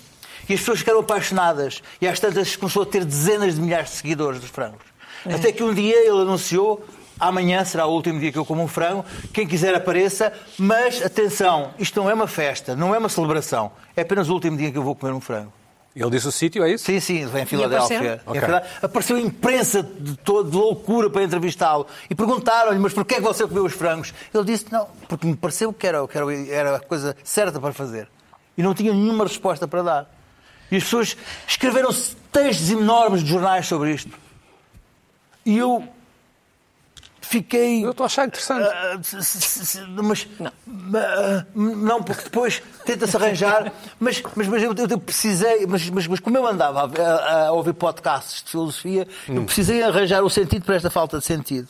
[SPEAKER 6] E as pessoas ficaram apaixonadas. E às tantas começou a ter dezenas de milhares de seguidores dos frangos. Até que um dia ele anunciou: amanhã será o último dia que eu como um frango, quem quiser apareça, mas atenção, isto não é uma festa, não é uma celebração, é apenas o último dia que eu vou comer um frango.
[SPEAKER 1] Ele disse o sítio, é isso?
[SPEAKER 6] Sim, sim, em Filadélfia.
[SPEAKER 1] Ok.
[SPEAKER 6] Em Filad- Apareceu imprensa de, todo, de loucura para entrevistá-lo e perguntaram-lhe, mas porquê é que você comeu os frangos? Ele disse, não, porque me pareceu que era, que era, era a coisa certa para fazer. E não tinha nenhuma resposta para dar. E as pessoas escreveram-se textos enormes de jornais sobre isto. E eu fiquei
[SPEAKER 1] Eu estou a achar interessante.
[SPEAKER 6] ah, s- s- s- mas não. não, porque depois tenta-se arranjar. Mas, mas, mas eu, eu precisei, mas, mas, mas como eu andava a, a- a ouvir podcasts de filosofia, eu
[SPEAKER 1] Hum.
[SPEAKER 6] precisei arranjar o sentido para esta falta de sentido.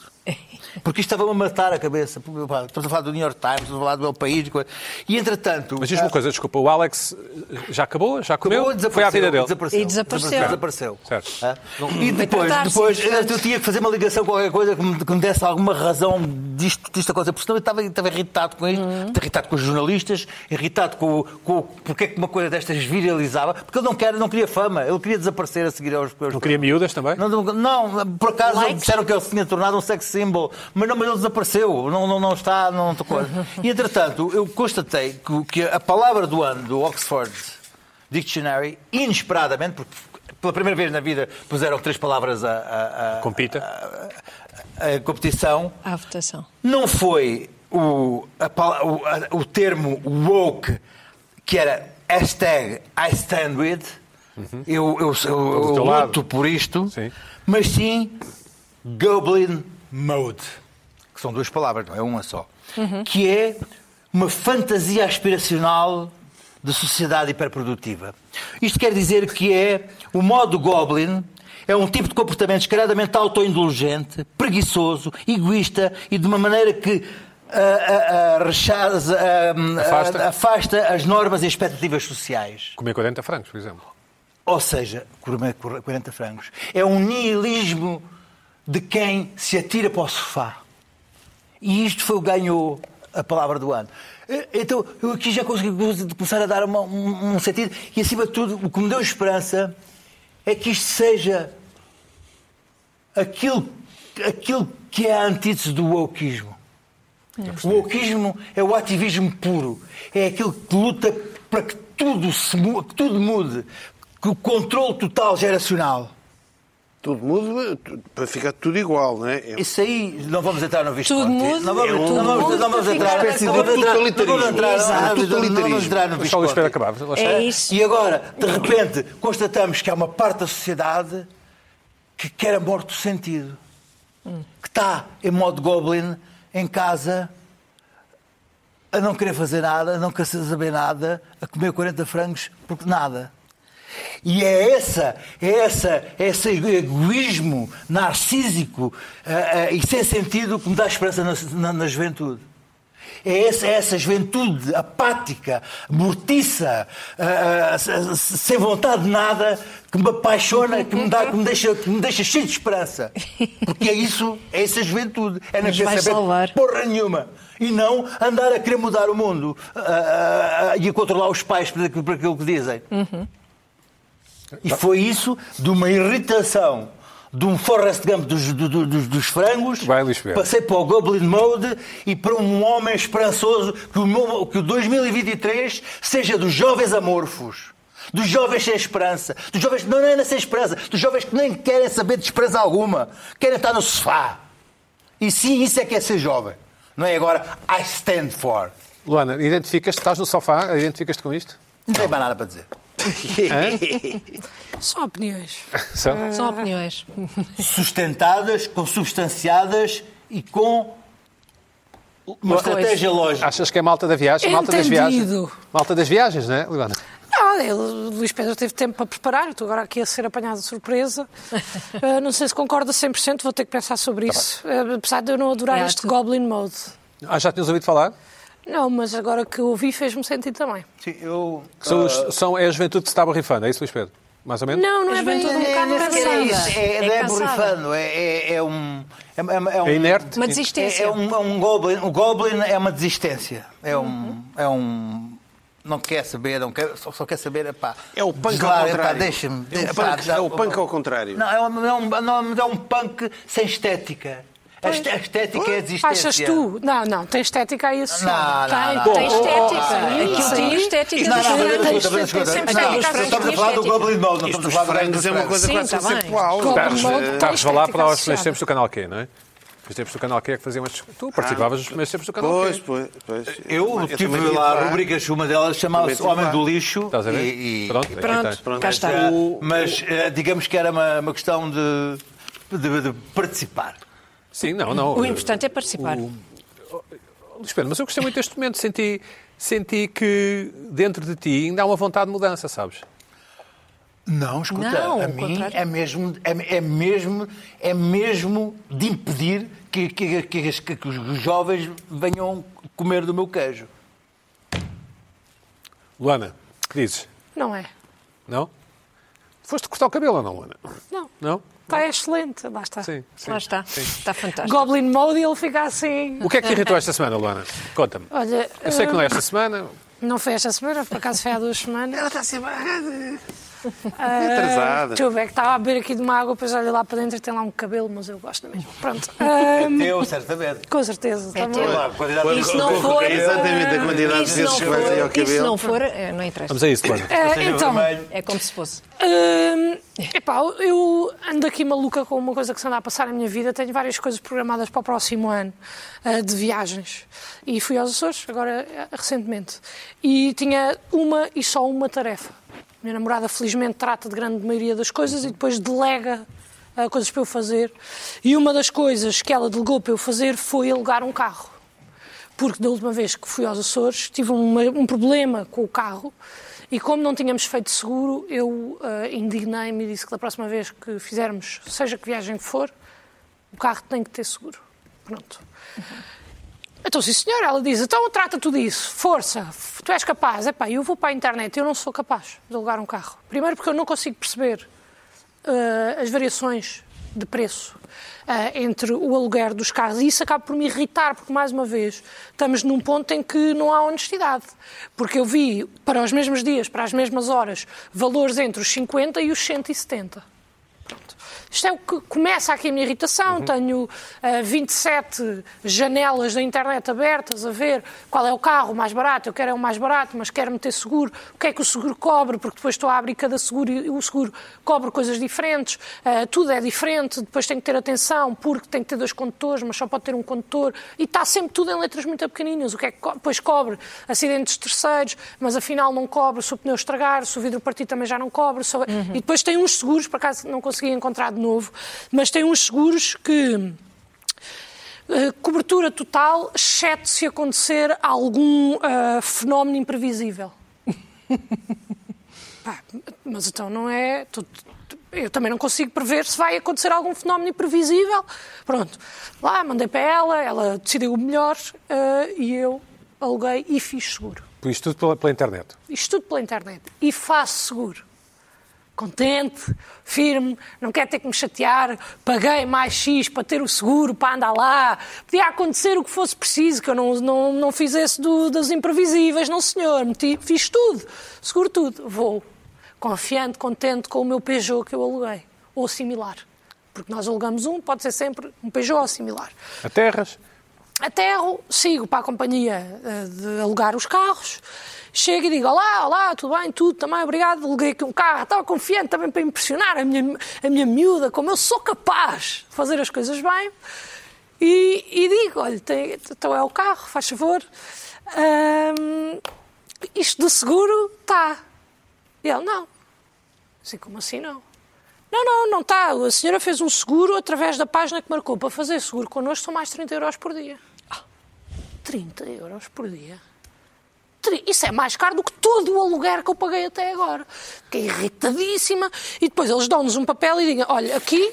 [SPEAKER 6] Porque isto estava-me a matar a cabeça. Estamos a falar do New York Times, estamos a falar do meu país. coisa. E entretanto.
[SPEAKER 1] Mas diz-me uma coisa, desculpa, o Alex eh, já acabou? Já comeu?
[SPEAKER 6] Acabou,
[SPEAKER 1] Foi à vida dele.
[SPEAKER 6] Desapareceu.
[SPEAKER 5] E desapareceu.
[SPEAKER 6] Desapareceu.
[SPEAKER 1] Certo.
[SPEAKER 6] Ah, E depois,
[SPEAKER 5] tratar-se,
[SPEAKER 6] depois
[SPEAKER 5] portanto.
[SPEAKER 6] eu tinha que fazer uma ligação com qualquer coisa que me, que me desse alguma razão disto, disto coisa, porque senão eu estava, estava irritado com isto, irritado com os jornalistas, irritado com, o- com o- porque é que uma coisa destas viralizava, porque ele não, quer, não queria fama, ele queria desaparecer a seguir aos. aos
[SPEAKER 1] Não queria miúdas também?
[SPEAKER 6] não, não, não, por acaso
[SPEAKER 5] Likes?
[SPEAKER 6] disseram que ele se tinha tornado um sex symbol, mas não, mas ele desapareceu, não, não, não está, não tocou. E entretanto, eu constatei que, o- que a palavra do ano do Oxford Dictionary, inesperadamente, porque pela primeira vez na vida puseram três palavras a, a- a-
[SPEAKER 1] Compita.
[SPEAKER 6] a- a competição,
[SPEAKER 5] À votação.
[SPEAKER 6] não foi o, a pala- o, a- o termo woke que era hashtag I stand with, eu, eu, eu- eu
[SPEAKER 1] Uhum. teu
[SPEAKER 6] luto
[SPEAKER 1] lado.
[SPEAKER 6] por isto,
[SPEAKER 1] Sim.
[SPEAKER 6] mas sim goblin mode, que são duas palavras, não é uma só, que é uma fantasia aspiracional de sociedade hiperprodutiva. Isto quer dizer que é o modo goblin é um tipo de comportamento escaradamente autoindulgente, preguiçoso, egoísta e de uma maneira que ah, ah, ah, rechaza, ah,
[SPEAKER 1] Afasta.
[SPEAKER 6] ah, afasta as normas e expectativas sociais.
[SPEAKER 1] Comer 40 francos, por exemplo.
[SPEAKER 6] Ou seja, comer 40 francos. É um nihilismo de quem se atira para o sofá. E isto foi o que ganhou a palavra do ano. Eh, Então, eu aqui já consegui começar a dar uma- um, um sentido. E, acima de tudo, o que me deu esperança é que isto seja aquilo, aquilo que é a antítese do wokeismo. O wokeismo é o ativismo puro. É aquilo que luta para que tudo, se, mu- que tudo mude. Que o controle total geracional.
[SPEAKER 3] Tudo muda tu- para ficar tudo igual, não é? É-
[SPEAKER 6] Isso aí, não vamos entrar no Visconde.
[SPEAKER 5] Tudo é muda,
[SPEAKER 6] não vamos,
[SPEAKER 5] tudo
[SPEAKER 6] não vamos-
[SPEAKER 5] muda,
[SPEAKER 6] não vamos
[SPEAKER 5] fica
[SPEAKER 6] entrar.
[SPEAKER 5] uma espécie de
[SPEAKER 6] não vamos entrar-
[SPEAKER 3] totalitarismo.
[SPEAKER 6] Não vamos entrar,
[SPEAKER 3] Exato.
[SPEAKER 6] não vamos- não
[SPEAKER 3] Totalitarismo.
[SPEAKER 6] vamos entrar no
[SPEAKER 1] Mas só o Luís Pedro
[SPEAKER 6] Visconde.
[SPEAKER 1] acabava. lá está.
[SPEAKER 5] É isso.
[SPEAKER 6] E agora, de repente, constatamos que há uma parte da sociedade que quer a morte do sentido,
[SPEAKER 5] Hum.
[SPEAKER 6] que está em modo goblin, em casa, a não querer fazer nada, a não querer saber nada, a comer 40 frangos porque nada. E é essa, é essa, é esse egoísmo narcísico eh, eh, e sem sentido que me dá esperança na, na- na juventude. É essa, é essa juventude apática, mortiça, eh, eh, se- se- sem vontade de nada, que me apaixona, que me, dá, que me, deixa, que me deixa cheio de esperança. Porque é isso, é essa juventude. É não
[SPEAKER 5] Mas
[SPEAKER 6] querer
[SPEAKER 5] vai
[SPEAKER 6] saber
[SPEAKER 5] salvar.
[SPEAKER 6] porra nenhuma. E não andar a querer mudar o mundo ah, ah, ah, e a controlar os pais por aquilo, por aquilo que dizem. E foi isso de uma irritação de um Forrest Gump dos, do- do- dos, dos frangos.
[SPEAKER 1] Vai, Luís Pedro.
[SPEAKER 6] passei para o Goblin Mode e para um homem esperançoso que o, meu- que o 2023 seja dos jovens amorfos. Dos jovens sem esperança, dos jovens que não não é sem esperança, dos jovens que nem querem saber de esperança alguma, querem estar no sofá. E sim, isso é que é ser jovem. Não é agora I stand for.
[SPEAKER 1] Luana, identificas-te? Estás no sofá? Identificas-te com isto?
[SPEAKER 6] Não tem mais nada para dizer.
[SPEAKER 4] São opiniões.
[SPEAKER 1] São?
[SPEAKER 6] Ah.
[SPEAKER 5] São opiniões.
[SPEAKER 6] Sustentadas, consubstanciadas e com uma estratégia lógica.
[SPEAKER 1] Achas que é malta da viagem? Malta das viagens.
[SPEAKER 4] Entendido.
[SPEAKER 1] Malta das viagens, não é, Luana?
[SPEAKER 4] Não, ele- o Luís Pedro teve tempo para preparar, eu estou agora aqui a ser apanhado de surpresa. Ah, não sei se concorda 100%, vou ter que pensar sobre isso. Ah, apesar de eu não adorar
[SPEAKER 5] É,
[SPEAKER 4] este
[SPEAKER 5] tu-
[SPEAKER 4] Goblin Mode.
[SPEAKER 1] Ah, já tinhas ouvido falar?
[SPEAKER 4] Não, mas agora que ouvi fez-me sentido também.
[SPEAKER 6] Sim, eu.
[SPEAKER 1] Que são,
[SPEAKER 6] Ah.
[SPEAKER 1] os- são- é a juventude que se está borrifando, é isso, Luís Pedro? Mais ou menos?
[SPEAKER 4] Não, não é bem
[SPEAKER 5] Juventude
[SPEAKER 4] todo um
[SPEAKER 5] é
[SPEAKER 4] bocado
[SPEAKER 5] nesse que era
[SPEAKER 4] cansada.
[SPEAKER 5] isso.
[SPEAKER 6] É,
[SPEAKER 5] É
[SPEAKER 6] é,
[SPEAKER 5] cansada.
[SPEAKER 6] borrifando, é, é, é um. É, é- é um
[SPEAKER 1] É inerte?
[SPEAKER 5] Uma
[SPEAKER 6] É,
[SPEAKER 5] desistência.
[SPEAKER 6] é um, é um goblin. O goblin é uma desistência. É
[SPEAKER 4] Uhum.
[SPEAKER 6] um. É um não quer saber, não quer, só, só quer saber. Epá,
[SPEAKER 3] É o punk
[SPEAKER 6] deslar,
[SPEAKER 3] ao
[SPEAKER 6] epá,
[SPEAKER 3] contrário.
[SPEAKER 6] Deixa-me.
[SPEAKER 3] É o
[SPEAKER 6] epá,
[SPEAKER 3] punk-
[SPEAKER 6] já-
[SPEAKER 3] é o punk ao contrário.
[SPEAKER 6] Não, é um, é um, não, é um punk sem estética. A este- a estética é a desistência.
[SPEAKER 4] Achas tu? Não, não, tem estética aí associada.
[SPEAKER 6] Não,
[SPEAKER 4] Tem,
[SPEAKER 6] não, não.
[SPEAKER 4] tem
[SPEAKER 5] Tem estética.
[SPEAKER 4] estética.
[SPEAKER 5] Aquilo
[SPEAKER 4] Isso
[SPEAKER 5] tem
[SPEAKER 4] aí.
[SPEAKER 5] estética.
[SPEAKER 6] Não,
[SPEAKER 5] dos
[SPEAKER 6] não,
[SPEAKER 5] frangos.
[SPEAKER 6] mas escuta, mas
[SPEAKER 5] Tem
[SPEAKER 6] escuta.
[SPEAKER 5] sempre
[SPEAKER 6] Não,
[SPEAKER 5] aqueles frangos
[SPEAKER 6] Estamos a
[SPEAKER 5] com
[SPEAKER 6] falar do
[SPEAKER 5] estética.
[SPEAKER 6] Goblin Mode, não
[SPEAKER 3] Isto
[SPEAKER 6] estamos a
[SPEAKER 3] dos
[SPEAKER 6] falar do
[SPEAKER 3] frangos
[SPEAKER 6] Goblin
[SPEAKER 3] é uma
[SPEAKER 6] Mode.
[SPEAKER 3] coisa
[SPEAKER 5] Sim,
[SPEAKER 3] quase
[SPEAKER 5] tá bem.
[SPEAKER 3] conceptual.
[SPEAKER 4] Como
[SPEAKER 3] Tá.
[SPEAKER 1] Estás,
[SPEAKER 4] Não,
[SPEAKER 1] eh, estás
[SPEAKER 4] não
[SPEAKER 1] a falar
[SPEAKER 4] estética
[SPEAKER 1] para os
[SPEAKER 4] associada.
[SPEAKER 1] primeiros tempos do Canal Q, não é? Os tempos do Canal Q é que faziam estes... Tu participavas dos primeiros tempos do Canal
[SPEAKER 3] Pois,
[SPEAKER 4] é?
[SPEAKER 1] Q.
[SPEAKER 3] pois, pois.
[SPEAKER 6] Eu
[SPEAKER 3] também
[SPEAKER 6] tive
[SPEAKER 3] tive
[SPEAKER 6] lá rubricas, uma delas chamava-se
[SPEAKER 3] Também tive
[SPEAKER 6] Homem
[SPEAKER 3] lá.
[SPEAKER 6] do Lixo.
[SPEAKER 1] Estás a ver?
[SPEAKER 6] e- e-
[SPEAKER 1] Então, Pronto, aqui
[SPEAKER 5] Pronto,
[SPEAKER 1] tens.
[SPEAKER 5] cá está.
[SPEAKER 6] Ah, Mas eh, digamos que era uma, uma questão de, de- de participar.
[SPEAKER 1] Sim, não, não.
[SPEAKER 5] O importante é participar.
[SPEAKER 1] Luís Pedro, mas eu gostei muito deste momento. Senti, senti que dentro de ti ainda há uma vontade de mudança, sabes?
[SPEAKER 6] Não, escuta,
[SPEAKER 5] Não,
[SPEAKER 6] a
[SPEAKER 5] ao
[SPEAKER 6] mim
[SPEAKER 5] contrário.
[SPEAKER 6] é mesmo, é, é mesmo, é mesmo de impedir que, que- que- que- que os jovens venham comer do meu queijo.
[SPEAKER 1] Luana, que dizes?
[SPEAKER 4] Não é.
[SPEAKER 1] Não? Foste cortar o cabelo ou não, Luana?
[SPEAKER 4] Não.
[SPEAKER 1] Não?
[SPEAKER 4] Está excelente. Lá está.
[SPEAKER 1] Sim, sim.
[SPEAKER 5] Lá está. Está fantástico.
[SPEAKER 4] Goblin Mode e ele fica assim.
[SPEAKER 1] O que é que te irritou esta semana, Luana? Conta-me.
[SPEAKER 4] Olha,
[SPEAKER 1] Eu sei que não é
[SPEAKER 4] eh,
[SPEAKER 1] esta semana.
[SPEAKER 4] não foi esta semana, por acaso foi há duas semanas.
[SPEAKER 3] Ela está sempre atrasada.
[SPEAKER 4] Deixa eu ver, que estava a beber aqui de uma água, depois olho lá para dentro e tem lá um cabelo, mas eu gosto mesmo. Pronto. Ah,
[SPEAKER 6] Eu, certamente.
[SPEAKER 4] com certeza. está bom.
[SPEAKER 5] teu.
[SPEAKER 6] Claro, quantidade de-
[SPEAKER 5] Isso não for.
[SPEAKER 3] Exatamente, a quantidade de
[SPEAKER 5] isso
[SPEAKER 3] vezes
[SPEAKER 5] não
[SPEAKER 3] que vais aí ao
[SPEAKER 5] for- Isso
[SPEAKER 3] cabelo.
[SPEAKER 5] não for, eh, não interessa.
[SPEAKER 1] Vamos a isso, Luana.
[SPEAKER 4] Ah,
[SPEAKER 6] Seja
[SPEAKER 4] então,
[SPEAKER 6] vermelho.
[SPEAKER 5] É como se fosse.
[SPEAKER 4] Hum, epá, eu ando aqui maluca com uma coisa que se anda a passar na minha vida. Tenho várias coisas programadas para o próximo ano ah, de viagens. E fui aos Açores, agora ah, recentemente. E tinha uma e só uma tarefa. Minha namorada, felizmente, trata de grande maioria das coisas e depois delega ah, coisas para eu fazer. E uma das coisas que ela delegou para eu fazer foi alugar um carro. Porque da última vez que fui aos Açores tive uma- um problema com o carro e como não tínhamos feito seguro, eu ah, indignei-me e disse que da próxima vez que fizermos, seja que viagem que for, o carro tem que ter seguro. Pronto. Então, sim, senhora, ela diz, então trata tudo isso, força, f- tu és capaz. Epá, eu vou para a internet, eu não sou capaz de alugar um carro. Primeiro porque eu não consigo perceber eh, as variações de preço eh, entre o aluguer dos carros. E isso acaba por me irritar, porque, mais uma vez, estamos num ponto em que não há honestidade. Porque eu vi, para os mesmos dias, para as mesmas horas, valores entre os 50 e os 170. Pronto. Isto é o que começa aqui a minha irritação. Tenho ah, 27 janelas da internet abertas a ver qual é o carro mais barato. Eu quero é o mais barato, mas quero meter seguro. O que é que o seguro cobre? Porque depois estou a abrir cada seguro e o seguro cobre coisas diferentes. Ah, tudo é diferente. Depois tenho que ter atenção porque tem que ter dois condutores, mas só pode ter um condutor. E está sempre tudo em letras muito pequeninas. O que é que co- depois cobre? Acidentes terceiros, mas afinal não cobre. Se o pneu estragar, se o vidro partir também já não cobre. se- E depois tem uns seguros, por acaso não consegui encontrar de novo, mas tem uns seguros que. eh, Cobertura total, exceto se acontecer algum ah, fenómeno imprevisível. Pá, mas então não é. tu- tu- Eu também não consigo prever se vai acontecer algum fenómeno imprevisível. Pronto, lá mandei para ela, ela decidiu o melhor eh, e eu aluguei e fiz seguro.
[SPEAKER 1] Por isto tudo pela, pela internet.
[SPEAKER 4] Isto tudo pela internet. E faço seguro. Contente, firme, não quero ter que me chatear. Paguei mais X para ter o seguro, para andar lá. Podia acontecer o que fosse preciso, que eu não, não, não fizesse do, dos imprevisíveis, não senhor. Meti, fiz tudo, seguro tudo. Vou confiante, contente com o meu Peugeot que eu aluguei, ou similar. Porque nós alugamos um, pode ser sempre um Peugeot ou similar.
[SPEAKER 1] A terras,
[SPEAKER 4] Até eu sigo para a companhia eh, de alugar os carros, chego e digo: Olá, olá, tudo bem, tudo também, obrigado. Aluguei aqui um carro, estava confiante também para impressionar a minha, a minha miúda, como eu sou capaz de fazer as coisas bem. E, e digo: Olha, tem- então é o carro, faz favor. Ahm, isto do seguro está. E ele: Não. Assim, como assim não? Não, não, não está. A senhora fez um seguro através da página que marcou. Para fazer seguro connosco são mais 30 euros por dia. Ah, 30 euros por dia? Tri- Isso é mais caro do que todo o aluguer que eu paguei até agora. Fiquei irritadíssima. E depois eles dão-nos um papel e dizem, olha, aqui,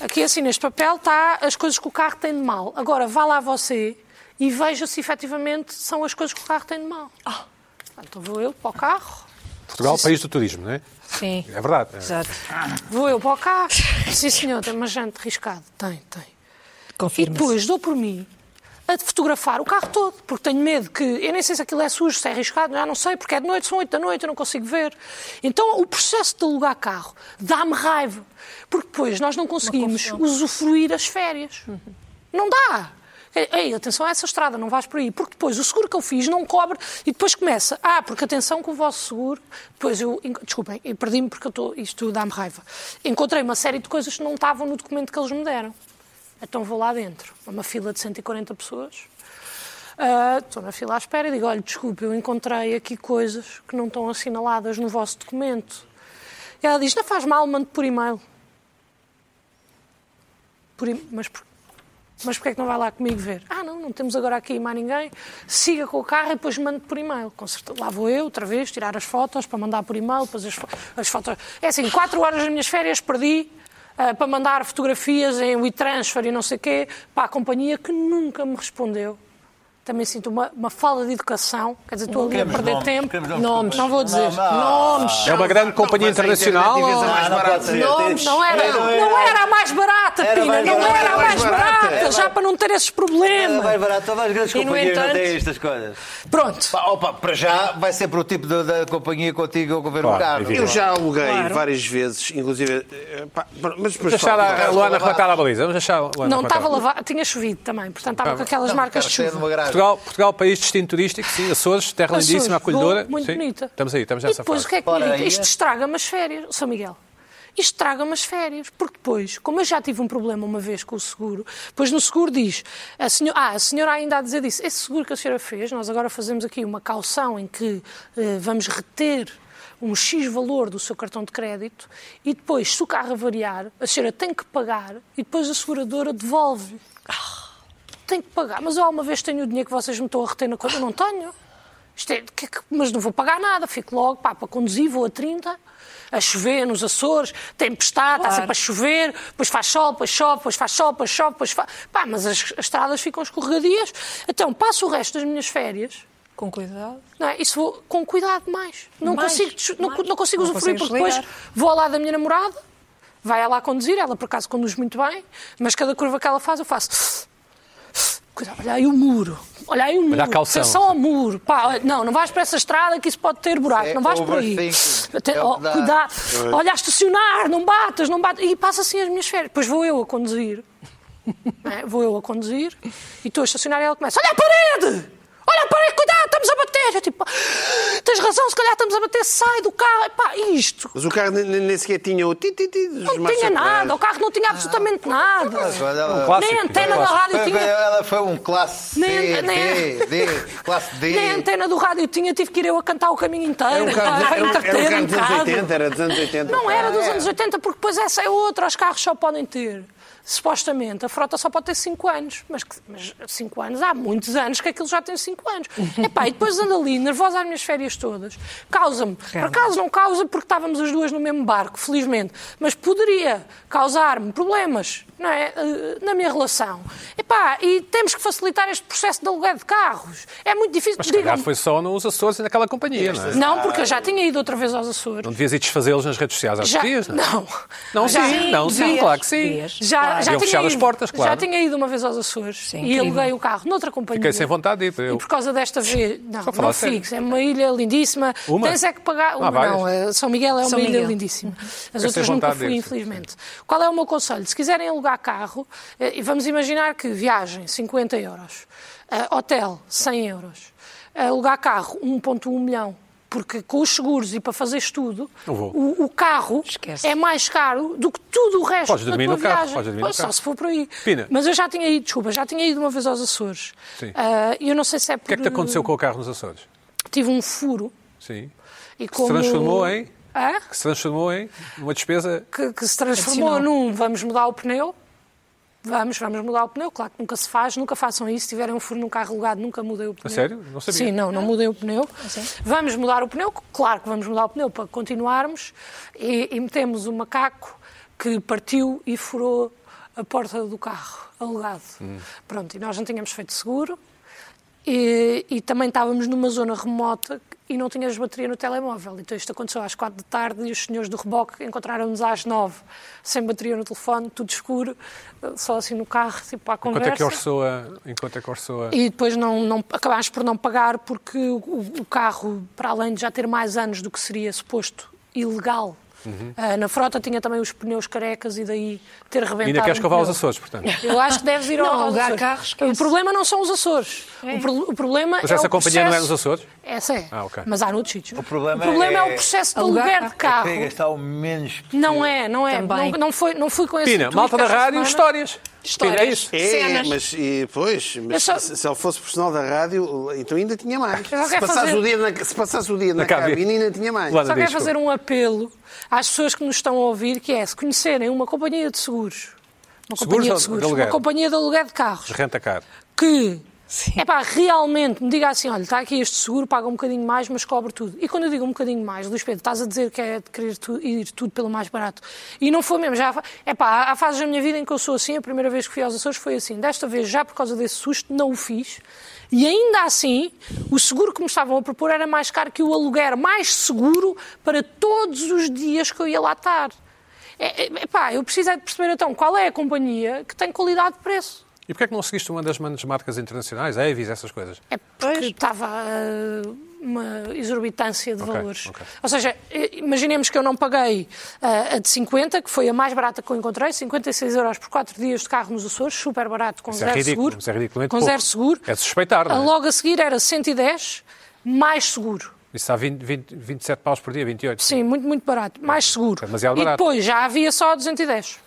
[SPEAKER 4] aqui assim neste papel está as coisas que o carro tem de mal. Agora vá lá você e veja se efetivamente são as coisas que o carro tem de mal. Ah, então vou eu para o carro.
[SPEAKER 1] Portugal, país do turismo, não é?
[SPEAKER 5] Sim.
[SPEAKER 1] É verdade.
[SPEAKER 5] Exato.
[SPEAKER 4] Vou eu para o carro. Sim, senhor, tem uma jante riscado. Tem, tem. E
[SPEAKER 5] Confirma.
[SPEAKER 4] depois dou por mim a fotografar o carro todo, porque tenho medo que. Eu nem sei se aquilo é sujo, se é arriscado, já não sei, porque é de noite, são 8 da noite, eu não consigo ver. Então o processo de alugar carro dá-me raiva, porque depois nós não conseguimos usufruir as férias. Não dá. Ei, atenção a essa estrada, não vais por aí. Porque depois o seguro que eu fiz não cobre e depois começa. Ah, porque atenção que o vosso seguro. Depois eu. en- Desculpem, eu perdi-me porque eu estou, isto dá-me raiva. Encontrei uma série de coisas que não estavam no documento que eles me deram. Então vou lá dentro. Há Uma fila de 140 pessoas. Ah, Estou na fila à espera e digo: olha, desculpe, eu encontrei aqui coisas que não estão assinaladas no vosso documento. E ela diz: não faz mal, mando por e-mail. Por e- mas por- mas porquê é que não vai lá comigo ver? Ah, não, não temos agora aqui mais ninguém. Siga com o carro e depois mando por e-mail. Com certeza. Lá vou eu, outra vez, tirar as fotos para mandar por e-mail, depois as, fo- as fotos. É assim, quatro horas das minhas férias perdi ah, para mandar fotografias em WeTransfer e não sei o quê para a companhia que nunca me respondeu. Também sinto uma, uma falta de educação. Quer dizer, estou ali a
[SPEAKER 6] Queremos
[SPEAKER 4] perder
[SPEAKER 6] nomes,
[SPEAKER 4] tempo.
[SPEAKER 6] queremos nomes, desculpa.
[SPEAKER 4] não vou dizer.
[SPEAKER 6] Não, não.
[SPEAKER 4] Nomes.
[SPEAKER 1] É uma grande companhia
[SPEAKER 3] Mas a internet
[SPEAKER 1] internacional.
[SPEAKER 3] devia ser
[SPEAKER 1] ou-
[SPEAKER 3] mais
[SPEAKER 6] não
[SPEAKER 3] barata.
[SPEAKER 6] pode ser.
[SPEAKER 5] Nomes.
[SPEAKER 4] Não era,
[SPEAKER 6] Era, era.
[SPEAKER 4] não era a mais barata,
[SPEAKER 6] Era
[SPEAKER 4] Pina.
[SPEAKER 6] mais
[SPEAKER 4] Não
[SPEAKER 6] barata,
[SPEAKER 4] era a
[SPEAKER 6] mais
[SPEAKER 4] mais barata,
[SPEAKER 6] barata.
[SPEAKER 4] já para não ter esses problemas.
[SPEAKER 6] Vai barato, todas as grandes
[SPEAKER 5] E, no
[SPEAKER 6] companhias não
[SPEAKER 5] entanto-
[SPEAKER 6] têm estas coisas.
[SPEAKER 4] Pronto.
[SPEAKER 6] Pá, opa, para já vai sempre o tipo da, da companhia contigo ou governo
[SPEAKER 1] Claro,
[SPEAKER 6] carro.
[SPEAKER 1] evidente.
[SPEAKER 3] Eu já aluguei
[SPEAKER 5] Claro.
[SPEAKER 3] várias vezes, inclusive. eh, pá, mas depois
[SPEAKER 1] Vamos deixar
[SPEAKER 3] falo-
[SPEAKER 1] a- a Luana relatar a baliza. Vamos deixar a Luana
[SPEAKER 4] Não
[SPEAKER 1] relatar.
[SPEAKER 4] estava lavado, tinha chovido também, portanto estava com aquelas
[SPEAKER 6] Não,
[SPEAKER 4] marcas de
[SPEAKER 6] cara, isso é de
[SPEAKER 4] chuva.
[SPEAKER 6] uma grave.
[SPEAKER 1] Portugal, Portugal, país de destino turístico, sim, Açores, terra
[SPEAKER 4] Açores,
[SPEAKER 1] lindíssima, acolhedora.
[SPEAKER 4] boa, Muito
[SPEAKER 1] sim.
[SPEAKER 4] bonita.
[SPEAKER 1] Estamos aí, estamos
[SPEAKER 4] E
[SPEAKER 1] nessa
[SPEAKER 4] depois
[SPEAKER 1] fase.
[SPEAKER 4] o que é que me
[SPEAKER 6] Ora,
[SPEAKER 4] irrita?
[SPEAKER 6] aí é-
[SPEAKER 4] Isto estraga-me as férias, São Miguel. Isto estraga-me as férias, porque depois, como eu já tive um problema uma vez com o seguro, depois no seguro diz, a senhora, ah, a senhora ainda há a dizer disso, esse seguro que a senhora fez, nós agora fazemos aqui uma caução em que eh, vamos reter um X valor do seu cartão de crédito e depois, se o carro avariar, a senhora tem que pagar e depois a seguradora devolve tenho que pagar. Mas eu alguma vez tenho o dinheiro que vocês me estão a reter na conta? Eu não tenho. Isto é- que- que- mas não vou pagar nada, fico logo pá, para conduzir, vou a 30, a chover nos Açores, tempestade, está sempre a chover, depois faz sol, depois chove, depois faz sol, depois chove, depois faz... Pá, mas as, as estradas ficam escorregadias. Então passo o resto das minhas férias
[SPEAKER 5] Com cuidado.
[SPEAKER 4] não é? Isso vou com cuidado mais. Não
[SPEAKER 5] Mais,
[SPEAKER 4] consigo, des- não,
[SPEAKER 5] mais.
[SPEAKER 4] co- não consigo
[SPEAKER 5] Não
[SPEAKER 4] usufruir,
[SPEAKER 5] consegues
[SPEAKER 4] porque depois
[SPEAKER 5] lidar.
[SPEAKER 4] vou ao lado da minha namorada, vai ela a conduzir, ela por acaso conduz muito bem, mas cada curva que ela faz eu faço. Cuidado, olha aí o muro. Olha aí o muro.
[SPEAKER 1] a calção.
[SPEAKER 4] Atenção ao muro. Pá, olha- não, não vais para essa estrada que isso pode ter buraco.
[SPEAKER 6] É
[SPEAKER 4] não vais por aí.
[SPEAKER 6] overthinking.
[SPEAKER 4] Até-
[SPEAKER 6] É o
[SPEAKER 4] oh,
[SPEAKER 6] que dá.
[SPEAKER 4] cuidado. Olha a estacionar, não batas, não batas. E passa assim as minhas férias. Depois vou eu a conduzir. Não é? Vou eu a conduzir e estou a estacionar e ela começa: Olha a parede! Olha a parede, cuidado, estamos a bater! Eu tipo, tens razão, se calhar estamos a bater, sai do carro. Epá, isto.
[SPEAKER 3] Mas o carro nem, nem- nem sequer tinha o ti, ti, ti dos
[SPEAKER 4] Não
[SPEAKER 3] marcha
[SPEAKER 4] tinha nada, o
[SPEAKER 3] atrás.
[SPEAKER 4] carro não tinha absolutamente nada.
[SPEAKER 6] Ela-
[SPEAKER 1] é um clássico.
[SPEAKER 4] Nem a antena da rádio
[SPEAKER 6] Foi-
[SPEAKER 4] tinha.
[SPEAKER 6] Ela foi um classe C,
[SPEAKER 4] Nem-
[SPEAKER 6] D,
[SPEAKER 4] nem-
[SPEAKER 6] D, classe D.
[SPEAKER 4] Nem a antena do rádio tinha, tive que ir eu a cantar o caminho inteiro.
[SPEAKER 3] Era um carro,
[SPEAKER 4] Pá,
[SPEAKER 3] era um- era um
[SPEAKER 4] entreter
[SPEAKER 3] carro
[SPEAKER 4] um
[SPEAKER 3] dos anos
[SPEAKER 4] bocado.
[SPEAKER 3] 80, era dos anos 80.
[SPEAKER 4] Não era dos anos 80, porque depois essa é outra, os carros só podem ter. Supostamente, a frota só pode ter 5 anos, mas 5 anos, há muitos anos que aquilo já tem 5 anos. Epá, e depois ando ali, nervosa às minhas férias todas. Causa-me. Por acaso não causa porque estávamos as duas no mesmo barco, felizmente, mas poderia causar-me problemas não é? Eh, na minha relação. Epá, e temos que facilitar este processo de aluguer de carros. É muito difícil.
[SPEAKER 1] Mas se calhar
[SPEAKER 4] Digam-me-
[SPEAKER 1] foi só nos Açores e naquela companhia, não é?
[SPEAKER 4] Não, porque eu já tinha ido outra vez aos Açores.
[SPEAKER 1] Não devias ir desfazê-los nas redes sociais às
[SPEAKER 4] Já-
[SPEAKER 1] dias, não é?
[SPEAKER 4] não.
[SPEAKER 1] Não,
[SPEAKER 4] Já-
[SPEAKER 1] sim, não, sim,
[SPEAKER 5] devias,
[SPEAKER 1] claro que sim.
[SPEAKER 5] devias.
[SPEAKER 4] Já,
[SPEAKER 5] Claro.
[SPEAKER 4] já
[SPEAKER 1] Iam
[SPEAKER 4] tinha
[SPEAKER 1] fechar
[SPEAKER 4] ido,
[SPEAKER 1] as portas, claro.
[SPEAKER 4] Já tinha ido uma vez aos Açores
[SPEAKER 5] Sim,
[SPEAKER 4] e
[SPEAKER 5] incrível.
[SPEAKER 4] aluguei o carro noutra companhia.
[SPEAKER 1] Fiquei sem vontade de ir. Eu-
[SPEAKER 4] E por causa desta vez. Não,
[SPEAKER 1] Só falar
[SPEAKER 4] não
[SPEAKER 1] sério.
[SPEAKER 4] fiques. É uma ilha lindíssima.
[SPEAKER 1] Uma? Ah,
[SPEAKER 4] Tens é que pagar. Uma,
[SPEAKER 1] várias.
[SPEAKER 4] não. eh, São Miguel é uma
[SPEAKER 5] São
[SPEAKER 4] ilha
[SPEAKER 5] Miguel. Uhum.
[SPEAKER 4] lindíssima. As
[SPEAKER 1] sem
[SPEAKER 4] outras nunca
[SPEAKER 1] vontade
[SPEAKER 4] fui,
[SPEAKER 1] de ir, sim.
[SPEAKER 4] infelizmente. Qual é o meu conselho? Se quiserem alugar carro, eh, e vamos imaginar que viagem, 50 euros. eh, hotel, 100 euros. Alugar carro, 1,1 milhão. Porque com os seguros e para fazeres tudo,
[SPEAKER 1] Eu vou.
[SPEAKER 4] o, o carro
[SPEAKER 5] Esquece.
[SPEAKER 4] é mais caro do que tudo o resto
[SPEAKER 1] Podes
[SPEAKER 4] da
[SPEAKER 1] dormir
[SPEAKER 4] tua
[SPEAKER 1] no carro,
[SPEAKER 4] viagem.
[SPEAKER 1] podes dormir no
[SPEAKER 4] Pois, só
[SPEAKER 1] carro.
[SPEAKER 4] se for por aí.
[SPEAKER 1] Pina.
[SPEAKER 4] Mas eu já tinha ido, desculpa, já tinha ido uma vez aos Açores.
[SPEAKER 1] Sim.
[SPEAKER 4] Ah, E eu não sei se é
[SPEAKER 1] O
[SPEAKER 4] por...
[SPEAKER 1] que é que te aconteceu com o carro nos Açores?
[SPEAKER 4] Tive um furo
[SPEAKER 1] Sim.
[SPEAKER 4] e
[SPEAKER 1] Se
[SPEAKER 4] como...
[SPEAKER 1] transformou em...
[SPEAKER 4] Hã?
[SPEAKER 1] Que se transformou em uma despesa...
[SPEAKER 4] Que, que se transformou num vamos mudar o pneu. Vamos, vamos mudar o pneu. Claro que nunca se faz, nunca façam isso. Se tiverem um furo num carro alugado, nunca mudem o pneu.
[SPEAKER 1] sério? Não sabia.
[SPEAKER 4] Sim, não, não mudem o pneu. Vamos mudar o pneu, claro que vamos mudar o pneu para continuarmos. E, e metemos um macaco que partiu e furou a porta do carro alugado.
[SPEAKER 1] Hum.
[SPEAKER 4] Pronto, e nós não tínhamos feito seguro. E, e também estávamos numa zona remota e não tínhamos bateria no telemóvel. Então isto aconteceu às quatro da tarde e os senhores do reboque encontraram-nos às nove, sem bateria no telefone, tudo escuro, só assim no carro, tipo à
[SPEAKER 1] Enquanto
[SPEAKER 4] conversa.
[SPEAKER 1] é que orçou a... Enquanto é que orçou a...
[SPEAKER 4] E depois não, não, acabámos por não pagar porque o, o carro, para além de já ter mais anos do que seria suposto ilegal, ah, na frota tinha também os pneus carecas e daí ter rebentado.
[SPEAKER 1] Uhum. Ainda queres
[SPEAKER 4] um
[SPEAKER 1] escovar os
[SPEAKER 4] pneu.
[SPEAKER 1] Açores, portanto.
[SPEAKER 4] Eu acho que deves ir ao
[SPEAKER 5] Não,
[SPEAKER 4] aos
[SPEAKER 5] alugar
[SPEAKER 4] Açores.
[SPEAKER 5] carros, é esquece.
[SPEAKER 4] O problema não são os Açores.
[SPEAKER 5] É.
[SPEAKER 4] O, pro- o problema
[SPEAKER 1] Mas
[SPEAKER 4] é
[SPEAKER 1] essa
[SPEAKER 4] o
[SPEAKER 1] companhia não é
[SPEAKER 4] processo-
[SPEAKER 1] nos Açores?
[SPEAKER 4] Essa é.
[SPEAKER 1] Ah, ok.
[SPEAKER 4] Mas há noutros sítios.
[SPEAKER 6] O problema
[SPEAKER 4] é...
[SPEAKER 6] é-
[SPEAKER 4] o processo de
[SPEAKER 5] Alugar
[SPEAKER 4] aluguer de
[SPEAKER 6] Eu
[SPEAKER 4] carro.
[SPEAKER 6] queria gastar o menos possível.
[SPEAKER 4] Não é, não é. Não,
[SPEAKER 5] Também.
[SPEAKER 4] não, foi, não fui com esse
[SPEAKER 1] Pina,
[SPEAKER 4] intuito
[SPEAKER 1] malta da
[SPEAKER 4] esta
[SPEAKER 1] rádio,
[SPEAKER 4] é semana.
[SPEAKER 1] histórias. Pina, é isso?
[SPEAKER 3] É,
[SPEAKER 5] Cenas.
[SPEAKER 3] mas e, pois, mas
[SPEAKER 4] Eu só-
[SPEAKER 3] se, se ele fosse profissional da rádio, então ainda tinha mais.
[SPEAKER 4] Eu só
[SPEAKER 3] Se
[SPEAKER 4] quero
[SPEAKER 3] passasse,
[SPEAKER 4] fazer-
[SPEAKER 3] o dia na, se passasse o dia na,
[SPEAKER 1] cabine.
[SPEAKER 3] cabine, ainda tinha mais.
[SPEAKER 1] Luana,
[SPEAKER 4] Só quero
[SPEAKER 1] diz, desculpa.
[SPEAKER 4] fazer um apelo às pessoas que nos estão a ouvir, que é se conhecerem uma companhia de seguros, uma
[SPEAKER 1] Seguros
[SPEAKER 4] companhia
[SPEAKER 1] de-
[SPEAKER 4] de seguros,
[SPEAKER 1] de aluguer.
[SPEAKER 4] uma companhia de aluguer de carros,
[SPEAKER 1] Renta caro.
[SPEAKER 4] que é pá, realmente me diga assim: olha, está aqui este seguro, paga um bocadinho mais, mas cobre tudo. E quando eu digo um bocadinho mais, Luís Pedro, estás a dizer que é de querer tu- ir tudo pelo mais barato. E não foi mesmo. Já, é pá, há fases da minha vida em que eu sou assim. A primeira vez que fui aos Açores foi assim. Desta vez, já por causa desse susto, não o fiz. E ainda assim, o seguro que me estavam a propor era mais caro que o aluguer mais seguro para todos os dias que eu ia lá estar. É, é, epá, eu preciso é de perceber então qual é a companhia que tem qualidade de preço.
[SPEAKER 1] E porquê é que não seguiste uma das grandes marcas internacionais, a Avis, essas coisas?
[SPEAKER 4] É porque estava ah, uma exorbitância de
[SPEAKER 1] Ok,
[SPEAKER 4] valores.
[SPEAKER 1] ok.
[SPEAKER 4] Ou seja, eh, imaginemos que eu não paguei ah, a de 50, que foi a mais barata que eu encontrei, 56 euros por 4 dias de carro nos Açores, super barato, com
[SPEAKER 1] Isso é
[SPEAKER 4] zero
[SPEAKER 1] ridículo,
[SPEAKER 4] seguro.
[SPEAKER 1] isso é ridiculamente
[SPEAKER 4] com
[SPEAKER 1] pouco.
[SPEAKER 4] zero seguro.
[SPEAKER 1] É de suspeitar, não é?
[SPEAKER 4] Ah, Logo a seguir era 110, mais seguro.
[SPEAKER 1] Isso há 20, 20, 27 paus por dia, 28.
[SPEAKER 4] Sim, muito, muito barato. Mais seguro.
[SPEAKER 1] É demasiado
[SPEAKER 4] e
[SPEAKER 1] barato.
[SPEAKER 4] depois já havia só a 210.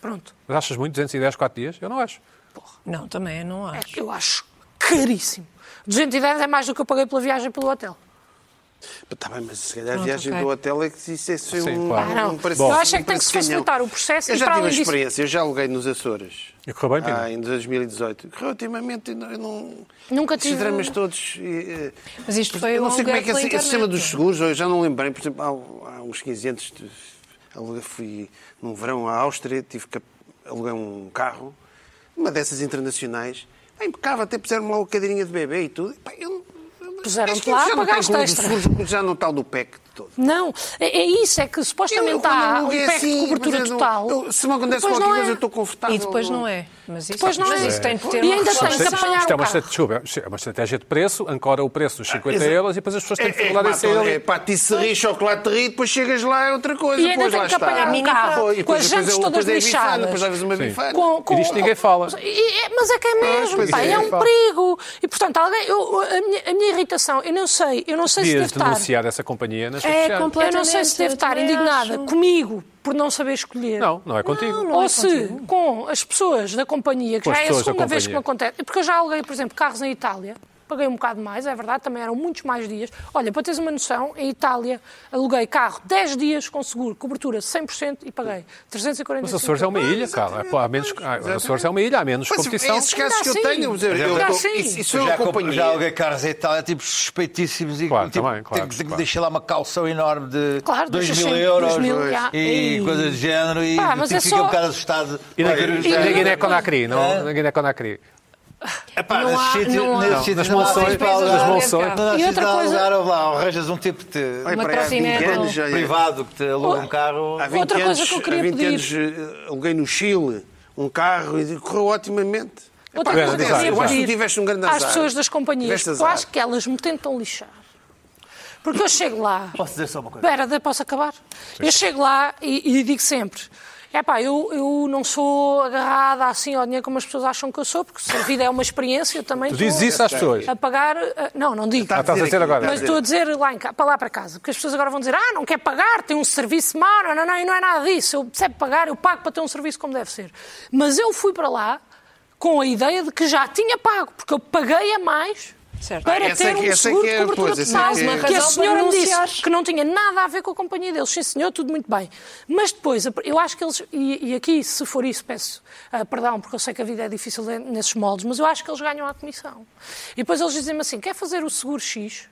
[SPEAKER 4] Pronto.
[SPEAKER 1] Mas achas muito 210, 4 dias? Eu não acho.
[SPEAKER 5] Não, também não acho.
[SPEAKER 4] Eu acho caríssimo. 210 é mais do que eu paguei pela viagem pelo hotel.
[SPEAKER 3] Está tá bem, mas se calhar a
[SPEAKER 5] Pronto,
[SPEAKER 3] viagem
[SPEAKER 5] ok.
[SPEAKER 3] do hotel é que isso é ser
[SPEAKER 1] Sim,
[SPEAKER 3] um,
[SPEAKER 1] claro.
[SPEAKER 4] Ah, não.
[SPEAKER 3] um preço-
[SPEAKER 4] Eu
[SPEAKER 3] um
[SPEAKER 4] acho é que tem que
[SPEAKER 3] preço
[SPEAKER 4] se
[SPEAKER 3] canhão.
[SPEAKER 4] facilitar o processo
[SPEAKER 3] Eu
[SPEAKER 4] e
[SPEAKER 3] já
[SPEAKER 4] para
[SPEAKER 3] tive a
[SPEAKER 4] além disso-
[SPEAKER 3] experiência, eu já aluguei nos Açores.
[SPEAKER 1] E correu bem, Pina?
[SPEAKER 3] Ah, em 2018. Relativamente, eu não- eu não.
[SPEAKER 4] Nunca
[SPEAKER 3] esses
[SPEAKER 4] tive- um-
[SPEAKER 3] dramas todos. eh, eh,
[SPEAKER 5] Mas isto foi
[SPEAKER 3] eu não
[SPEAKER 5] um
[SPEAKER 3] sei como é
[SPEAKER 5] aluguer
[SPEAKER 3] que é esse,
[SPEAKER 5] pela
[SPEAKER 3] esse sistema
[SPEAKER 5] internet,
[SPEAKER 3] dos
[SPEAKER 5] não é?
[SPEAKER 3] seguros, eu já não lembrei. Por exemplo, há, há uns 15 anos tive- aluguei- fui num verão à Áustria, tive que alugar um carro, uma dessas internacionais. Pá, impecável, até puseram lá uma cadeirinha de bebê e tudo. Pá, eu, eu-
[SPEAKER 4] Puseram-te
[SPEAKER 3] acho que isso
[SPEAKER 4] lá,
[SPEAKER 3] já não tem
[SPEAKER 4] pagaste
[SPEAKER 3] como
[SPEAKER 4] extra.
[SPEAKER 3] dos seguros, já não está do PEC de todo.
[SPEAKER 4] Não, é, é isso, é que supostamente há um impacto de cobertura
[SPEAKER 3] é assim, mas eu não-
[SPEAKER 4] total.
[SPEAKER 3] eu- se me acontece
[SPEAKER 4] Depois
[SPEAKER 3] qualquer
[SPEAKER 4] não
[SPEAKER 3] coisa,
[SPEAKER 4] é.
[SPEAKER 3] eu estou confortável.
[SPEAKER 5] E depois não é. Mas isso,
[SPEAKER 4] Depois não
[SPEAKER 5] mas
[SPEAKER 4] é.
[SPEAKER 5] isso tem de ter
[SPEAKER 4] E
[SPEAKER 5] uma
[SPEAKER 4] ainda tem
[SPEAKER 5] resposta.
[SPEAKER 4] que apanhar
[SPEAKER 1] Isto é
[SPEAKER 4] o
[SPEAKER 1] uma,
[SPEAKER 4] carro.
[SPEAKER 1] estrate- desculpa, isto é uma estratégia de preço, ancora o preço nos 50
[SPEAKER 3] exato.
[SPEAKER 1] euros e depois as pessoas
[SPEAKER 3] É,
[SPEAKER 1] têm
[SPEAKER 3] é,
[SPEAKER 1] dificuldade em
[SPEAKER 3] pá,
[SPEAKER 1] sair
[SPEAKER 3] é
[SPEAKER 1] ali.
[SPEAKER 3] patisserie, chocolaterie, depois chegas lá é outra coisa.
[SPEAKER 4] E ainda
[SPEAKER 3] depois
[SPEAKER 4] tem
[SPEAKER 3] lá
[SPEAKER 4] que apanhar
[SPEAKER 3] está.
[SPEAKER 4] um
[SPEAKER 3] Pô,
[SPEAKER 4] carro,
[SPEAKER 3] e
[SPEAKER 4] com
[SPEAKER 3] depois-
[SPEAKER 4] as
[SPEAKER 3] depois
[SPEAKER 4] jantes
[SPEAKER 3] é-
[SPEAKER 4] todas
[SPEAKER 3] depois é bifana,
[SPEAKER 4] lixadas.
[SPEAKER 3] Depois levas uma
[SPEAKER 1] Sim.
[SPEAKER 3] bifana.
[SPEAKER 4] Com, com-
[SPEAKER 1] E disto ninguém fala.
[SPEAKER 4] E- e- mas é que é mesmo,
[SPEAKER 3] pois
[SPEAKER 4] pá,
[SPEAKER 3] é.
[SPEAKER 4] é, um
[SPEAKER 1] Ninguém fala.
[SPEAKER 4] perigo. E portanto, alguém, eu- a, minha, a minha irritação, eu não sei, eu não sei se devo
[SPEAKER 1] Podias
[SPEAKER 4] é estar.
[SPEAKER 1] denunciar essa companhia nas redes
[SPEAKER 5] É
[SPEAKER 1] sociais.
[SPEAKER 5] completamente.
[SPEAKER 4] Eu não sei se devo
[SPEAKER 5] eu
[SPEAKER 4] estar
[SPEAKER 5] também
[SPEAKER 4] indignada
[SPEAKER 5] acho.
[SPEAKER 4] comigo por não saber escolher.
[SPEAKER 1] Não, não é contigo.
[SPEAKER 5] Não, não.
[SPEAKER 4] Ou
[SPEAKER 5] é
[SPEAKER 4] se com as pessoas da companhia, que
[SPEAKER 1] Com as
[SPEAKER 4] já é a
[SPEAKER 1] pessoas da
[SPEAKER 4] segunda vez que me
[SPEAKER 1] companhia.
[SPEAKER 4] acontece, porque eu já aluguei, por exemplo, carros em Itália, paguei um bocado mais, é verdade, também eram muitos mais dias. Olha, para teres uma noção, em Itália aluguei carro 10 dias com seguro, cobertura 100% e paguei 340
[SPEAKER 1] Os Açores é uma ilha, cara. Pô, há menos, ah, os Açores é uma ilha, há menos
[SPEAKER 3] Mas
[SPEAKER 1] competição.
[SPEAKER 3] esses casos
[SPEAKER 4] Ainda
[SPEAKER 3] que eu
[SPEAKER 4] assim.
[SPEAKER 3] tenho, quer dizer,
[SPEAKER 4] Ainda
[SPEAKER 3] eu, eu,
[SPEAKER 4] assim.
[SPEAKER 3] isso, isso foi
[SPEAKER 6] Eu já,
[SPEAKER 3] uma
[SPEAKER 6] comp- já
[SPEAKER 3] companhia.
[SPEAKER 6] aluguei carros em Itália, tipo, suspeitíssimos. E,
[SPEAKER 1] Claro,
[SPEAKER 6] tipo,
[SPEAKER 1] também, claro,
[SPEAKER 6] tenho, tenho que
[SPEAKER 1] claro.
[SPEAKER 6] deixar lá uma calção enorme de
[SPEAKER 4] Claro,
[SPEAKER 6] 2
[SPEAKER 4] deixa
[SPEAKER 6] mil
[SPEAKER 4] sempre
[SPEAKER 6] euros
[SPEAKER 4] 2.000, já.
[SPEAKER 6] e
[SPEAKER 4] Ei.
[SPEAKER 6] coisas do género. E
[SPEAKER 4] Pá, mas
[SPEAKER 6] tipo,
[SPEAKER 4] é
[SPEAKER 6] fiquei
[SPEAKER 4] só-
[SPEAKER 6] um bocado assustado.
[SPEAKER 1] E na,
[SPEAKER 6] Olha,
[SPEAKER 1] e
[SPEAKER 6] já-
[SPEAKER 1] na Guiné-Conakry, não?
[SPEAKER 3] É.
[SPEAKER 6] Hã?
[SPEAKER 1] Na Guiné-Conakry.
[SPEAKER 6] Epá,
[SPEAKER 5] Não
[SPEAKER 6] nesse
[SPEAKER 5] há-
[SPEAKER 6] sítio-
[SPEAKER 5] não há-
[SPEAKER 6] nesse
[SPEAKER 5] Não,
[SPEAKER 6] sítio
[SPEAKER 1] nas
[SPEAKER 6] não há
[SPEAKER 1] monções,
[SPEAKER 6] tipo algar-
[SPEAKER 1] nas monções.
[SPEAKER 6] não há
[SPEAKER 4] E
[SPEAKER 6] sítio
[SPEAKER 4] outra
[SPEAKER 6] de
[SPEAKER 4] coisa-
[SPEAKER 6] algar, ou lá, arranjas um tipo de
[SPEAKER 3] Ai, peraí,
[SPEAKER 5] Uma
[SPEAKER 3] há 20
[SPEAKER 5] trocinete,
[SPEAKER 3] anos
[SPEAKER 5] ou-
[SPEAKER 3] já-
[SPEAKER 6] privado que te aluga um carro.
[SPEAKER 3] Há 20
[SPEAKER 4] Outra coisa
[SPEAKER 3] anos,
[SPEAKER 4] que eu queria
[SPEAKER 3] há 20
[SPEAKER 4] pedir.
[SPEAKER 3] anos eh, aluguei no Chile um carro e correu otimamente. Epá,
[SPEAKER 4] Outra coisa que
[SPEAKER 1] grande
[SPEAKER 4] eu
[SPEAKER 1] azar,
[SPEAKER 4] queria
[SPEAKER 1] eu acho
[SPEAKER 3] que
[SPEAKER 4] pedir
[SPEAKER 3] tiveste um grande
[SPEAKER 4] às
[SPEAKER 3] azar.
[SPEAKER 4] pessoas das companhias,
[SPEAKER 3] Tiveste
[SPEAKER 4] porque eu
[SPEAKER 3] azar.
[SPEAKER 4] acho que elas me tentam lixar. Porque eu chego lá.
[SPEAKER 6] Posso dizer só uma coisa?
[SPEAKER 4] Espera, de- posso acabar? Eu chego lá e, e digo sempre. É pá, eu, eu não sou agarrada assim ao dinheiro como as pessoas acham que eu sou, porque se a vida é uma experiência, eu também
[SPEAKER 1] Tu
[SPEAKER 4] estou
[SPEAKER 1] dizes isso às pessoas.
[SPEAKER 4] a pagar. eh, Não, não digo.
[SPEAKER 1] Ah, estás a dizer agora.
[SPEAKER 4] Mas estou a dizer lá em casa, para lá para casa, porque as pessoas agora vão dizer, ah, não quer pagar, tem um serviço mau, não, não, não, e não é nada disso, eu percebo pagar, eu pago para ter um serviço como deve ser. Mas eu fui para lá com a ideia de que já tinha pago, porque eu paguei a mais
[SPEAKER 5] Certo.
[SPEAKER 4] para
[SPEAKER 3] Ah, essa é
[SPEAKER 4] ter
[SPEAKER 3] que- essa
[SPEAKER 4] um
[SPEAKER 3] é
[SPEAKER 4] seguro
[SPEAKER 3] que é,
[SPEAKER 4] de cobertura
[SPEAKER 3] pois, essa é
[SPEAKER 4] total,
[SPEAKER 3] que é.
[SPEAKER 4] que a
[SPEAKER 5] Razão para
[SPEAKER 4] senhora me
[SPEAKER 5] denunciar.
[SPEAKER 4] disse que não tinha nada a ver com a companhia deles. Sim, senhor, tudo muito bem. Mas depois, eu acho que eles, e, e aqui, se for isso, peço ah, perdão, porque eu sei que a vida é difícil nesses moldes, mas eu acho que eles ganham a comissão. E depois eles dizem-me assim, quer fazer o seguro X?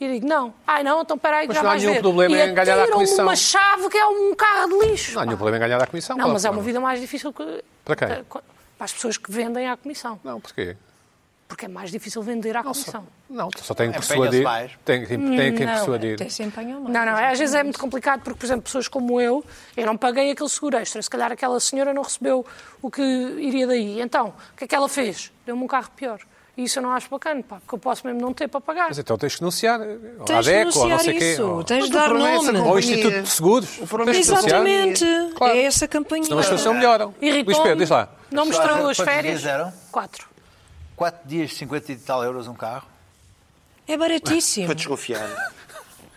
[SPEAKER 4] E eu digo, não. Ai, não, então peraí, que
[SPEAKER 1] Mas
[SPEAKER 4] já
[SPEAKER 1] não há
[SPEAKER 4] vais
[SPEAKER 1] nenhum
[SPEAKER 4] ver.
[SPEAKER 1] problema
[SPEAKER 4] e
[SPEAKER 1] em ganhar a
[SPEAKER 4] atiram-me
[SPEAKER 1] comissão.
[SPEAKER 4] uma chave que é um carro de lixo.
[SPEAKER 1] Não há nenhum
[SPEAKER 4] pá.
[SPEAKER 1] problema em ganhar a comissão.
[SPEAKER 4] Não,
[SPEAKER 1] qual o
[SPEAKER 4] mas é uma
[SPEAKER 1] problema?
[SPEAKER 4] vida mais difícil que...
[SPEAKER 1] Para quem?
[SPEAKER 4] que- Para as pessoas que vendem à comissão.
[SPEAKER 1] Não, porquê?
[SPEAKER 4] Porque é mais difícil vender à comissão.
[SPEAKER 1] Não, só tem que
[SPEAKER 6] Empenham-se
[SPEAKER 1] persuadir.
[SPEAKER 6] mais.
[SPEAKER 1] Tem, tem, tem que
[SPEAKER 4] Não,
[SPEAKER 1] persuadir.
[SPEAKER 5] Até se empanhou mais.
[SPEAKER 4] Não, não, às vezes é muito complicado porque, por exemplo, pessoas como eu, eu não paguei aquele seguro extra. Se calhar aquela senhora não recebeu o que iria daí. Então, o que é que ela fez? Deu-me um carro pior. E isso eu não acho bacana, pá, porque eu posso mesmo não ter para pagar.
[SPEAKER 1] Mas então tens que denunciar. Ou à
[SPEAKER 5] Tens de
[SPEAKER 1] DECO, ou não
[SPEAKER 5] denunciar
[SPEAKER 1] sei quê.
[SPEAKER 5] isso.
[SPEAKER 1] ou-
[SPEAKER 5] Tens de
[SPEAKER 3] Mas o
[SPEAKER 5] dar
[SPEAKER 3] problema é essa
[SPEAKER 5] nome.
[SPEAKER 1] Ou o
[SPEAKER 3] companhia.
[SPEAKER 1] Instituto de Seguros.
[SPEAKER 3] O problema
[SPEAKER 1] Tens de
[SPEAKER 3] é essa
[SPEAKER 1] denunciar.
[SPEAKER 5] Exatamente.
[SPEAKER 1] Claro.
[SPEAKER 5] É essa campanha.
[SPEAKER 1] Senão as coisas não melhoram. Luís Pedro,
[SPEAKER 4] Irritou-me.
[SPEAKER 1] diz lá.
[SPEAKER 4] Não me
[SPEAKER 6] Quantos
[SPEAKER 4] estragou as
[SPEAKER 6] dias
[SPEAKER 4] férias.
[SPEAKER 6] eram?
[SPEAKER 4] Quatro.
[SPEAKER 6] 4 dias, 50 e tal euros um carro.
[SPEAKER 5] É baratíssimo.
[SPEAKER 3] Para desconfiar.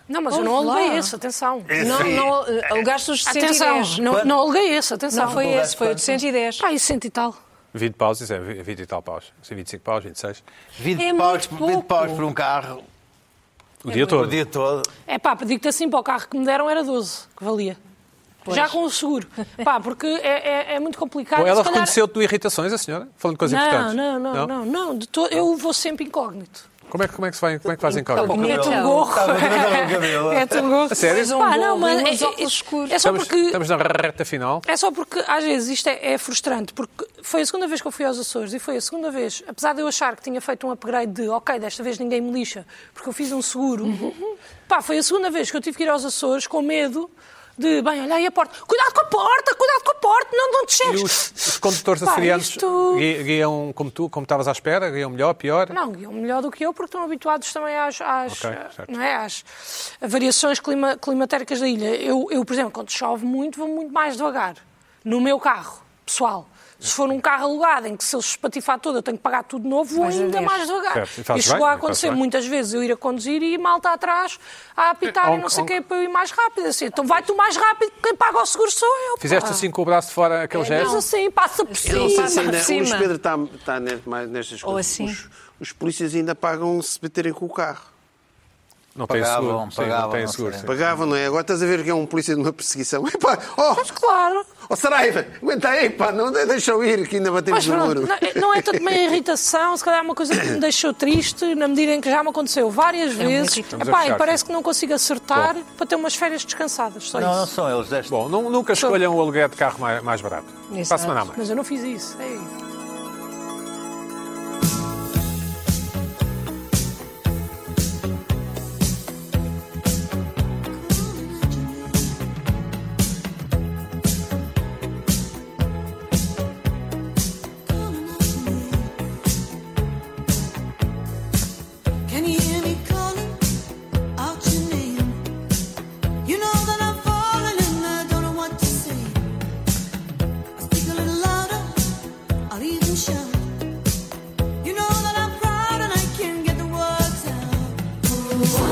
[SPEAKER 4] Não, mas eu
[SPEAKER 5] Ouve
[SPEAKER 4] não aluguei
[SPEAKER 5] lá.
[SPEAKER 4] esse, atenção.
[SPEAKER 5] Não, não, eh, alugaste os de
[SPEAKER 4] Atenção,
[SPEAKER 5] 110.
[SPEAKER 4] não, não aluguei esse, atenção.
[SPEAKER 5] Não foi esse, foi o de 110.
[SPEAKER 4] Pá, isso cento e tal.
[SPEAKER 1] 20 paus, isso é 20 e tal paus. Isso é 25 paus, 26.
[SPEAKER 6] 20,
[SPEAKER 5] É
[SPEAKER 6] paus,
[SPEAKER 5] muito
[SPEAKER 6] 20 paus
[SPEAKER 5] pouco.
[SPEAKER 6] por um carro
[SPEAKER 1] O dia todo.
[SPEAKER 6] o dia todo.
[SPEAKER 4] É pá, digo-te assim, para o carro que me deram era 12, que valia. Já com o seguro. Pá, porque é, é- é muito complicado.
[SPEAKER 1] Bom, ela
[SPEAKER 4] Se calhar-
[SPEAKER 1] reconheceu-te de irritações, a senhora? Falando de coisas
[SPEAKER 4] Não,
[SPEAKER 1] importantes.
[SPEAKER 4] não, não, não, não. de to- Eu vou sempre incógnito.
[SPEAKER 1] Como é que, como é que, se vai, como é que fazem
[SPEAKER 5] Tá
[SPEAKER 1] código?
[SPEAKER 5] bom.
[SPEAKER 4] É
[SPEAKER 5] Então,
[SPEAKER 4] tão gorro.
[SPEAKER 6] tá bem, tá bem, Gabriela.
[SPEAKER 4] É tão gorro.
[SPEAKER 1] A sério?
[SPEAKER 5] Mas um
[SPEAKER 4] Pá,
[SPEAKER 5] gorro
[SPEAKER 4] não, mas
[SPEAKER 5] e uns
[SPEAKER 4] é- é-
[SPEAKER 5] óculos escuros.
[SPEAKER 4] É só
[SPEAKER 1] Estamos,
[SPEAKER 4] porque.
[SPEAKER 1] estamos na reta final.
[SPEAKER 4] É só porque às vezes isto é, é frustrante, porque foi a segunda vez que eu fui aos Açores e foi a segunda vez, apesar de eu achar que tinha feito um upgrade de ok, desta vez ninguém me lixa, porque eu fiz um seguro,
[SPEAKER 5] Uhum.
[SPEAKER 4] pá, foi a segunda vez que eu tive que ir aos Açores com medo de, bem, olha aí a porta, cuidado com a porta, cuidado com a porta, não, não te
[SPEAKER 1] E
[SPEAKER 4] chegues.
[SPEAKER 1] os, os condutores
[SPEAKER 4] Pá,
[SPEAKER 1] açorianos
[SPEAKER 4] isto-
[SPEAKER 1] gui- guiam como tu, como estavas à espera? Guiam melhor, pior?
[SPEAKER 4] Não, guiam melhor do que eu, porque estão habituados também às, às,
[SPEAKER 1] Ok,
[SPEAKER 4] eh,
[SPEAKER 1] certo.
[SPEAKER 4] não é, às variações clima- climatéricas da ilha. Eu, eu, por exemplo, quando chove muito, vou muito mais devagar. No meu carro, pessoal. Se for um carro alugado em que se eles espatifar todo eu tenho que pagar tudo novo, vou
[SPEAKER 5] Vais
[SPEAKER 3] é
[SPEAKER 5] a
[SPEAKER 4] ainda
[SPEAKER 5] ver.
[SPEAKER 4] mais devagar.
[SPEAKER 1] Certo, e fazes
[SPEAKER 4] E
[SPEAKER 1] bem,
[SPEAKER 4] chegou a
[SPEAKER 1] e fazes
[SPEAKER 4] acontecer
[SPEAKER 1] bem.
[SPEAKER 4] muitas vezes eu ir a conduzir e mal está atrás a apitar
[SPEAKER 1] Eh,
[SPEAKER 4] e não sei o
[SPEAKER 1] onk,
[SPEAKER 4] quê para eu ir mais rápido. Assim, então vai tu mais rápido, quem paga o seguro sou eu. pá.
[SPEAKER 1] Fizeste assim com o braço de fora aquele
[SPEAKER 4] Mas
[SPEAKER 1] gesto?
[SPEAKER 4] assim, passa por
[SPEAKER 5] Eu
[SPEAKER 4] cima.
[SPEAKER 3] Eu não sei se
[SPEAKER 5] por
[SPEAKER 3] ainda, o
[SPEAKER 5] cima.
[SPEAKER 3] Luís Pedro está, está ne- mais nestas coisas.
[SPEAKER 5] Ou assim.
[SPEAKER 3] Os, os polícias ainda pagam se meterem com o carro.
[SPEAKER 1] Não tem
[SPEAKER 6] Pagavam,
[SPEAKER 1] seguro. Sim, Não
[SPEAKER 6] pagavam,
[SPEAKER 1] tem
[SPEAKER 6] não
[SPEAKER 1] seguro.
[SPEAKER 6] sei.
[SPEAKER 1] sim.
[SPEAKER 3] Pagavam, não é? Agora estás a ver que é um polícia de uma perseguição. Epá,
[SPEAKER 4] Mas
[SPEAKER 3] oh,
[SPEAKER 4] claro.
[SPEAKER 3] oh Saraiva, aguenta aí, pá, não de- deixa eu ir, que ainda batemos
[SPEAKER 4] Mas
[SPEAKER 3] no
[SPEAKER 4] pronto,
[SPEAKER 3] muro.
[SPEAKER 4] não, é- não é tanto uma irritação, se calhar é uma coisa que me deixou triste, na medida em que já me aconteceu várias vezes.
[SPEAKER 5] irritante.
[SPEAKER 1] Vamos
[SPEAKER 4] Epá,
[SPEAKER 1] a
[SPEAKER 4] e
[SPEAKER 1] fechar,
[SPEAKER 4] parece que não consigo acertar para ter umas férias descansadas, só
[SPEAKER 6] Não, não
[SPEAKER 4] isso.
[SPEAKER 6] são eles. Deste.
[SPEAKER 1] Bom, nu- nunca escolham o aluguer de carro mais, mais barato.
[SPEAKER 5] Exato.
[SPEAKER 1] Para a semana há mais.
[SPEAKER 4] Mas eu não fiz isso. ei.
[SPEAKER 7] Come Whoa.